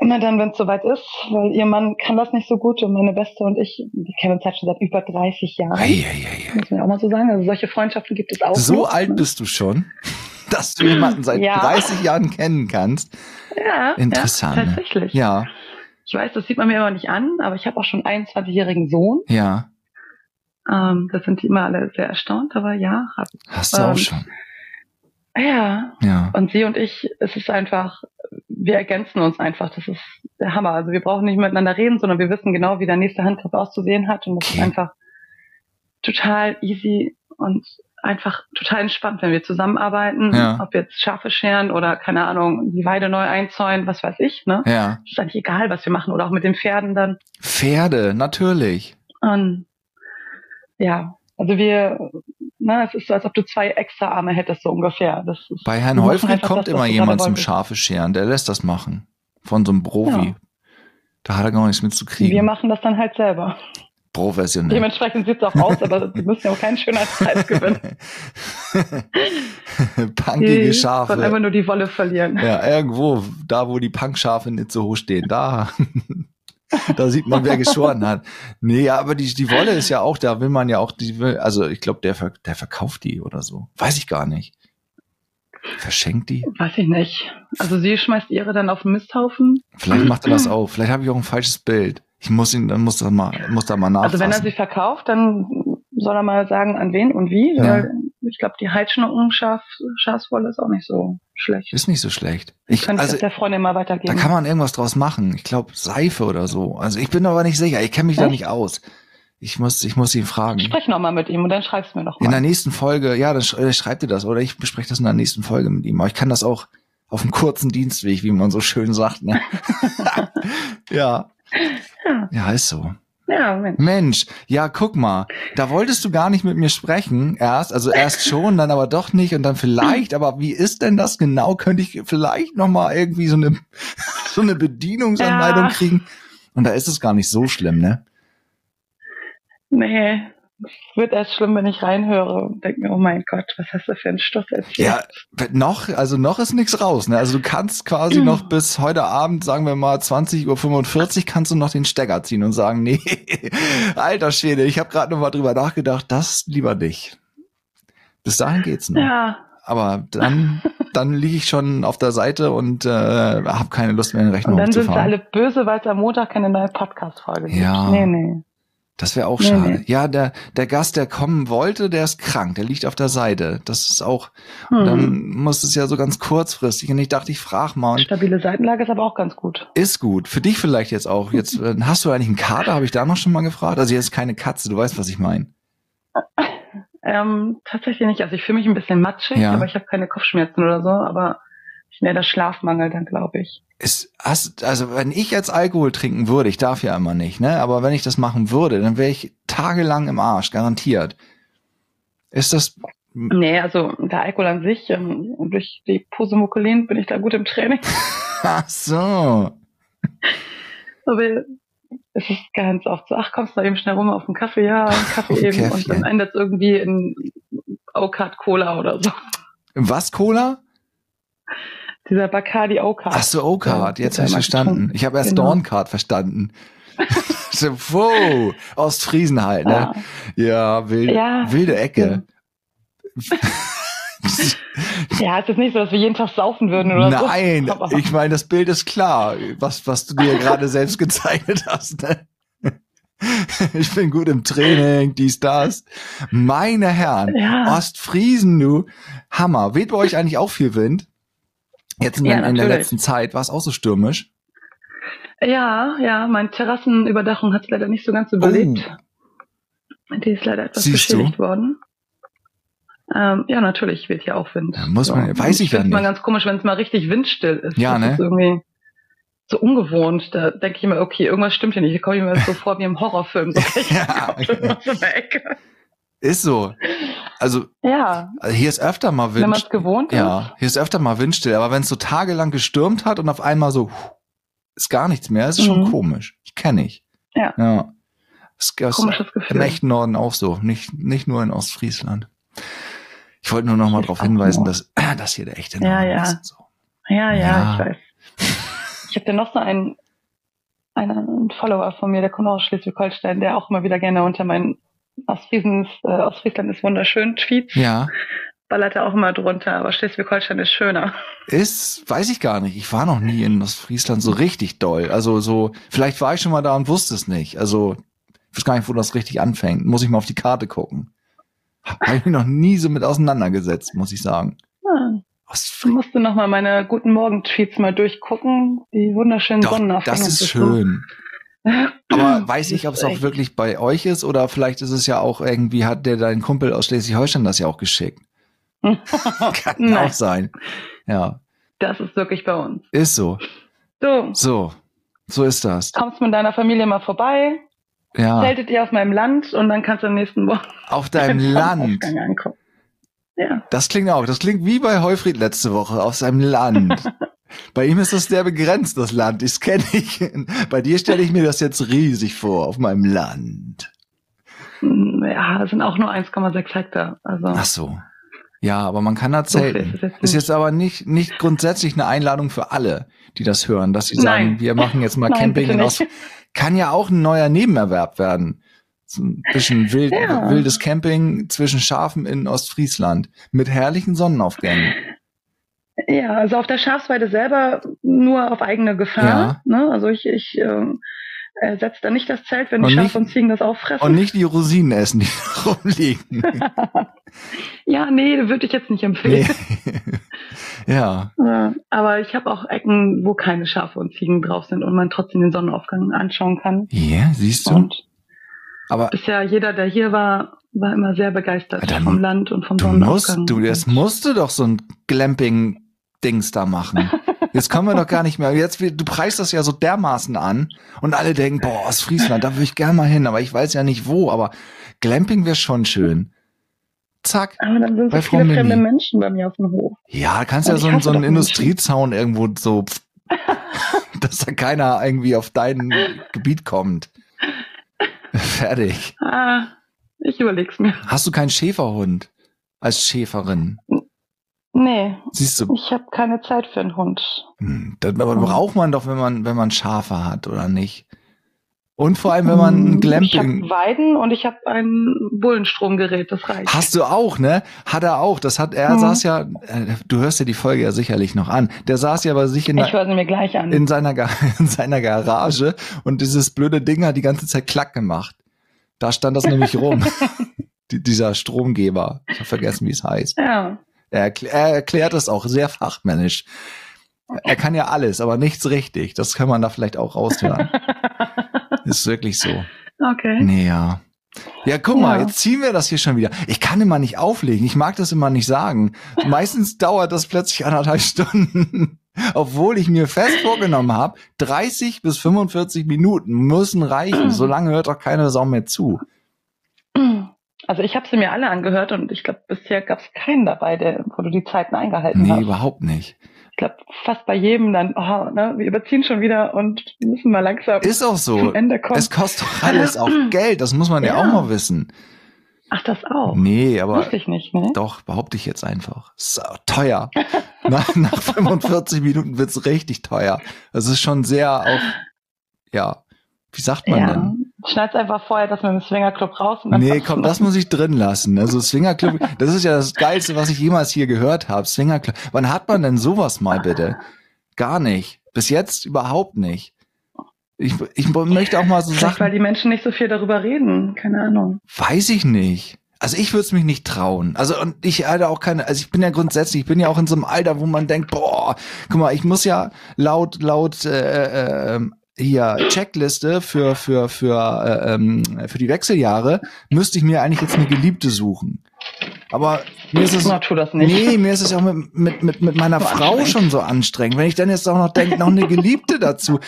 Immer dann, wenn es soweit ist, weil ihr Mann kann das nicht so gut und meine Beste und ich, wir kennen uns halt schon seit über 30 Jahren. Ei, ei, ei, ei. Muss man ja auch mal so sagen. Also solche Freundschaften gibt es auch. So noch. alt bist du schon, dass du jemanden seit Ja. 30 Jahren kennen kannst. Ja, Interessant, ne? Ja, tatsächlich. Ja, Ich weiß, das sieht man mir immer nicht an, aber ich habe auch schon einen 21-jährigen Sohn. ja. Ähm, da sind die immer alle sehr erstaunt, aber ja, hab, Hast du auch Ähm. schon. ja, Ja. Und sie und ich, es ist einfach, wir ergänzen uns einfach. Das ist der Hammer. Also wir brauchen nicht miteinander reden, sondern wir wissen genau, wie der nächste Handgriff auszusehen hat. Und das Okay. ist einfach total easy und einfach total entspannt, wenn wir zusammenarbeiten. Ja. Ob jetzt Schafe scheren oder, keine Ahnung, die Weide neu einzäunen, was weiß ich. Ne? Ja. Ist eigentlich egal, was wir machen. Oder auch mit den Pferden dann. Pferde, natürlich. Und ja, also wir, na, es ist so, als ob du zwei extra Arme hättest, so ungefähr. Das ist, Bei Herrn wir machen Heufried einfach kommt das, immer was wir jemand gerade zum wollen. Schafe scheren. Der lässt das machen. Von so einem Profi. Ja. Da hat er gar nichts mit zu Wir kriegen. machen das dann halt selber. Professionell. Dementsprechend sieht's auch aus, aber die müssen ja auch [LAUGHS] keinen Schönheitspreis gewinnen. Äh, Punkige sollen Schafe. einfach nur die Wolle verlieren. Ja, irgendwo, da wo die Punkschafe in Itzehoe stehen, da. [LAUGHS] Da sieht man, wer geschoren hat. Nee, ja, aber die, die Wolle ist ja auch, da will man ja auch, die will, also ich glaube, der, ver- der verkauft die oder so. Weiß ich gar nicht. Verschenkt die? Weiß ich nicht. Also sie schmeißt ihre dann auf den Misthaufen. [CLEARS THROAT] Vielleicht macht er das auch. Vielleicht habe ich auch ein falsches Bild. Ich muss ihn, dann muss da mal, muss da mal nachfassen. Also wenn er sie verkauft, dann soll er mal sagen, an wen und wie. Ja. Weil Ich glaube, die Heidschnuckenschaf, Schafswolle ist auch nicht so schlecht. ist nicht so schlecht. Ich, Könnte also, ich das der Freundin mal da weitergeben. kann man irgendwas draus machen. Ich glaube, Seife oder so. Also ich bin aber nicht sicher. Ich kenne mich [LAUGHS] da Echt? nicht aus. Ich muss, ich muss ihn fragen. Sprech noch mal mit ihm und dann schreib's mir noch In der mal. nächsten Folge, ja, dann sch äh, schreibt ihr das oder ich bespreche das in der nächsten Folge mit ihm. Aber ich kann das auch auf einem kurzen Dienstweg, wie man so schön sagt. Ne? [LAUGHS] ja. Ja. Ja, ist so. Ja, Mensch. Mensch, ja, guck mal, da wolltest du gar nicht mit mir sprechen erst, also erst schon, dann aber doch nicht und dann vielleicht, aber wie ist denn das genau? Könnte ich vielleicht noch mal irgendwie so eine [LAUGHS] so eine Bedienungsanleitung Ja. kriegen? Und da ist es gar nicht so schlimm, ne? Nee. Wird erst schlimm, wenn ich reinhöre und denke mir, oh mein Gott, was hast du für einen Stuss erzählt? Ja, noch, also noch ist nichts raus. Ne? Also du kannst quasi noch bis heute Abend, sagen wir mal 20.45 Uhr, kannst du noch den Stecker ziehen und sagen, [LAUGHS] nee, alter Schwede, ich habe gerade noch mal drüber nachgedacht, das lieber nicht. Bis dahin geht's noch. Ja, Aber dann, dann liege ich schon auf der Seite und äh, habe keine Lust mehr, in und Rechnung dann sind sie hochzufahren. alle böse, weil es am Montag keine neue Podcast-Folge gibt. Ja. Nee, nee. Das wäre auch Nee, schade. nee. Ja, der, der Gast, der kommen wollte, der ist krank, der liegt auf der Seite. Das ist auch, Hm. dann muss es ja so ganz kurzfristig. Und ich dachte, ich frag mal. Und Stabile Seitenlage ist aber auch ganz gut. Ist gut. Für dich vielleicht jetzt auch. [LAUGHS] Jetzt äh, hast du eigentlich einen Kater, habe ich da noch schon mal gefragt. Also jetzt keine Katze, du weißt, was ich meine. Ähm, tatsächlich nicht. Also ich fühle mich ein bisschen matschig, Ja. aber ich habe keine Kopfschmerzen oder so. Aber ich nenne das Schlafmangel dann, glaube ich. Ist, hast, also wenn ich jetzt Alkohol trinken würde, ich darf ja immer nicht, ne? Aber wenn ich das machen würde, dann wäre ich tagelang im Arsch, garantiert. Ist das Nee, also der Alkohol an sich, ähm, und durch die Posemokulin bin ich da gut [LAUGHS] im Training. Ach so. Aber es ist ganz oft so, ach kommst du mal eben schnell rum auf den Kaffee, ja, einen Kaffee [LAUGHS] Auf ein eben. Und Käffchen. dann endet es irgendwie in Okat Cola oder so. Was Cola? Dieser Bacardi Okat. Ach so, O-Card, Ja, jetzt wird habe ich einmal verstanden. Ich habe erst Genau. Dorncard verstanden. [LAUGHS] so, wow, Ostfriesen halt, ne? Ja. Ja, wild, Ja. Genau. wilde Ecke. ja, es ist nicht so, dass wir jeden Tag saufen würden oder so. Nein, Aber- ich meine, das Bild ist klar, was, was du dir [LAUGHS] gerade selbst gezeichnet hast. Ne? Ich bin gut im Training, dies, das. Meine Herren, Ja. Ostfriesen, du. Hammer. Weht bei euch eigentlich auch viel Wind? Jetzt in, Ja, in der natürlich. letzten Zeit war es auch so stürmisch. [LAUGHS] Ja, ja, meine Terrassenüberdachung hat es leider nicht so ganz überlebt. Die ist leider etwas Oh. Siehst du? beschädigt worden. Ähm, ja, natürlich wird hier auch Wind. Ja, muss man- So. weiß ich ja find's mal nicht. ganz komisch, wenn es mal richtig windstill ist. Ja, das ne? ist irgendwie so ungewohnt. Da denke ich immer, okay, irgendwas stimmt hier nicht. Hier komme ich mir so vor wie im [LAUGHS] Horrorfilm. So [LAUGHS] Ja, irgendwas in der Ecke. ist so. Also, Ja, also hier ist öfter mal Wind. wenn man es gewohnt ist. Ja, hier ist öfter mal windstill, aber wenn es so tagelang gestürmt hat und auf einmal so huh, ist gar nichts mehr, ist schon Mhm. komisch. Kenne ich. Ja. ja. Es ist Komisches im Gefühl. echten Norden auch so, nicht, nicht nur in Ostfriesland. Ich wollte nur noch mal Ist darauf auch hinweisen, nur. dass [CLEARS THROAT] äh, das hier der echte Ja, Norden ja. ist. So. Ja, ja, Ja. ich weiß. Ich habe da noch so einen, einen Follower von mir, der kommt auch aus Schleswig-Holstein, der auch immer wieder gerne unter meinen Ostfriesens, äh, Ostfriesland ist wunderschön Tweets, Ja, ballert er auch immer drunter, aber Schleswig-Holstein ist schöner. ist, weiß ich gar nicht. Ich war noch nie in Ostfriesland so richtig doll. Also so, vielleicht war ich schon mal da und wusste es nicht. Also ich weiß gar nicht, wo das richtig anfängt. Muss ich mal auf die Karte gucken. Habe ich mich noch nie so mit auseinandergesetzt, muss ich sagen. Ja, ich Ostfriesland. musste nochmal meine Guten Morgen-Tweets mal durchgucken, die wunderschönen Doch, Sonnenaufgänge. das ist zu- schön. [CLEARS THROAT] Aber weiß ich, ob es ist auch echt- wirklich bei euch ist oder vielleicht ist es ja auch irgendwie, hat der dein Kumpel aus Schleswig-Holstein das ja auch [LAUGHS] geschickt. Kann Nein. auch sein. Ja, Das ist wirklich bei uns. ist so. So, So, so ist das. kommst mit deiner Familie mal vorbei, Ja, zeltet ihr auf meinem Land und dann kannst du am nächsten Morgen auf Ah. deinem [LAUGHS] den Land. Sonnenaufgang angucken. Ja. Das klingt auch. Das klingt wie bei Heufried letzte Woche auf seinem [LAUGHS] Land. bei ihm ist das sehr begrenzt, das Land. Das kenne ich. Bei dir stelle ich mir das jetzt riesig vor, auf meinem Land. Mm, Ja, das sind auch nur 1,6 Hektar. Also Ach so. Ja, aber man kann da So viel ist zelten. es jetzt ist nicht. jetzt aber nicht, nicht grundsätzlich eine Einladung für alle, die das hören, dass sie sagen, Nein. wir machen jetzt mal [LAUGHS] Nein, Camping bitte in nicht. Ost. Kann ja auch ein neuer Nebenerwerb werden. So ein bisschen wild, Ja. wildes Camping zwischen Schafen in Ostfriesland mit herrlichen Sonnenaufgängen. ja, also auf der Schafsweide selber nur auf eigene Gefahr. Ne? Also ich, ich ähm, äh, setzt dann nicht das Zelt, wenn Und die nicht- Schafe und Ziegen das auffressen. Und nicht die Rosinen essen, die da rumliegen. Ja, nee, würde ich jetzt nicht empfehlen. Nee. ja. Äh, Aber ich habe auch Ecken, wo keine Schafe und Ziegen drauf sind und man trotzdem den Sonnenaufgang anschauen kann. Ja, siehst du? Und Aber bisher jeder, der hier war, war immer sehr begeistert Alter, vom Land und vom du musst, Sonnenaufgang. du, das musst du doch so ein Glamping-Dings da machen. Jetzt kommen wir doch gar nicht mehr. Jetzt, wir- du preist das ja so dermaßen an und alle denken, boah, aus Friesland, da würde ich gerne mal hin, aber ich weiß ja nicht wo, aber Glamping wäre schon schön. Zack. Aber dann sind bei so Frau viele fremde Milli. Menschen bei mir auf dem Hof. Ja, kannst ja Und ich so, einen- hasse so einen doch Menschen. Industriezaun irgendwo so, [LAUGHS] pf- dass da keiner irgendwie auf dein Gebiet kommt. Fertig. Ah, ich überleg's mir. Hast du keinen Schäferhund als Schäferin? Nee, Siehst du, ich habe keine Zeit für einen Hund. Hm, Das aber braucht man doch, wenn man, wenn man Schafe hat, oder nicht? Und vor allem, wenn man ein Hm, Ich habe Glamping. Weiden und ich habe ein Bullenstromgerät, das reicht. Hast du auch, ne? Hat er auch. Das hat, er Mhm. saß ja, äh, du hörst dir die Folge ja sicherlich noch an. Der saß ja bei sich in, ich der, höre sie mir gleich an. ne- in, seiner, Ga- [LAUGHS] in seiner Garage und dieses blöde Ding hat die ganze Zeit Klack gemacht. Da stand das nämlich rum. Die, dieser Stromgeber. Ich habe vergessen, wie es heißt. ja. Er, erkl- er erklärt es auch sehr fachmännisch. Er kann ja alles, aber nichts richtig. Das kann man da vielleicht auch raushören. Ist wirklich so. Okay. Nee, ja. Ja, guck mal, Hm? Ja. jetzt ziehen wir das hier schon wieder. Ich kann immer nicht auflegen. Ich mag das immer nicht sagen. [LAUGHS] Meistens dauert das plötzlich anderthalb Stunden. Obwohl ich mir fest vorgenommen habe, 30 bis 45 Minuten müssen reichen. So lange hört doch keine Sau mehr zu. Also ich habe sie mir alle angehört und ich glaube, bisher gab es keinen dabei, der, wo du die Zeiten eingehalten Nee, hast. überhaupt nicht. Ich glaube, fast bei jedem dann, oh, ne, wir überziehen schon wieder und müssen mal langsam Ist auch so. zum Ende kommen. Es kostet doch alles [CLEARS THROAT] auch Geld. Das muss man ja, Ja. auch mal wissen. Ach, das auch. Nee, Hm, aber Wusste ich nicht, ne? doch, behaupte ich jetzt einfach. Ist auch teuer. [LAUGHS] nach, nach 45 Minuten wird's richtig teuer. Das ist schon sehr auch, ja, wie sagt man Ja. denn? Schneid's einfach vorher, dass wir im Swingerclub raus und dann Nee, komm, das muss ich drin lassen. Also Swingerclub, [LAUGHS] das ist ja das Geilste, was ich jemals hier gehört habe. Swingerclub. Wann hat man denn sowas mal bitte? Gar nicht. Bis jetzt überhaupt nicht. Ich, ich möchte auch mal so Vielleicht, Sachen weil die Menschen nicht so viel darüber reden. Keine Ahnung. Weiß ich nicht. Also ich würde es mich nicht trauen. Also und ich hatte auch keine, also ich bin ja grundsätzlich, ich bin ja auch in so einem Alter, wo man denkt, boah, guck mal, ich muss ja laut, laut äh, äh, ähm, hier Checkliste für für für äh, ähm, für die Wechseljahre müsste ich mir eigentlich jetzt eine Geliebte suchen. Aber mir ist es Na, tu das nicht. Nee, mir ist es ja auch mit, mit, mit, mit meiner So Frau anstrengend. schon so anstrengend. Wenn ich dann jetzt auch noch denke, noch eine Geliebte dazu.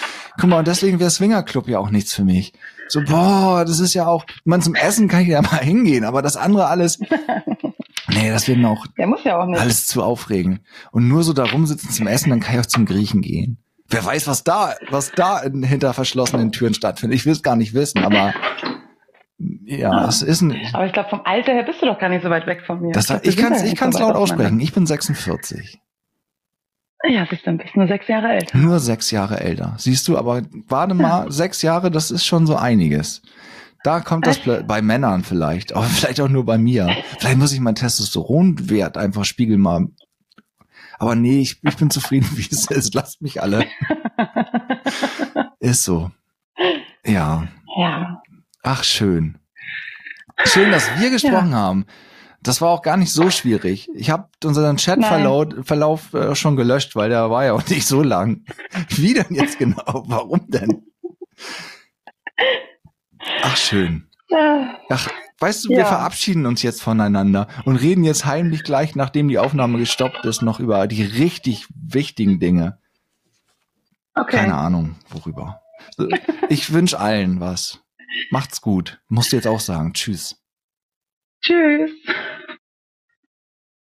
Guck mal, und deswegen wäre Swingerclub ja auch nichts für mich. So, boah, das ist ja auch, man zum Essen kann ich ja mal [LAUGHS] hingehen, aber das andere alles, nee, das wird mir auch Der muss ja auch nicht. alles zu aufregen. Und nur so da rumsitzen zum Essen, dann kann ich auch zum Griechen gehen. Wer weiß, was da, was da in, hinter verschlossenen Türen stattfindet. Ich will es gar nicht wissen, aber Ah. ja, es ist ein, Aber ich glaube, vom Alter her bist du doch gar nicht so weit weg von mir. das, glaub, wir ich sind kann es ja ich nicht kann's so weit laut auseinander. aussprechen. Ich bin 46. Ja, siehst du, dann bist du nur sechs Jahre älter. Nur sechs Jahre älter. Siehst du, aber [LAUGHS] warte mal, sechs Jahre, das ist schon so einiges. Da kommt Äh. das plö- bei Männern vielleicht, aber [LAUGHS] vielleicht auch nur bei mir. Vielleicht muss ich meinen Testosteronwert einfach spiegeln mal. Aber nee, ich, ich bin zufrieden, [LAUGHS] wie es ist. Lasst mich [LAUGHS] alle. Ist so. Ja. Ja. Ach, schön. Schön, dass wir gesprochen haben. Das war auch gar nicht so schwierig. Ich habe unseren Chatverlauf Verlauf, äh, schon gelöscht, weil der war ja auch nicht so lang. [LAUGHS] Wie denn jetzt genau? Warum denn? Ach, schön. Ah, Ach, weißt du, wir Ja. verabschieden uns jetzt voneinander und reden jetzt heimlich gleich, nachdem die Aufnahme gestoppt ist, noch über die richtig wichtigen Dinge. Okay. Keine Ahnung, worüber. Ich wünsche allen was. Macht's gut. Musst du jetzt auch sagen. Tschüss. Tschüss.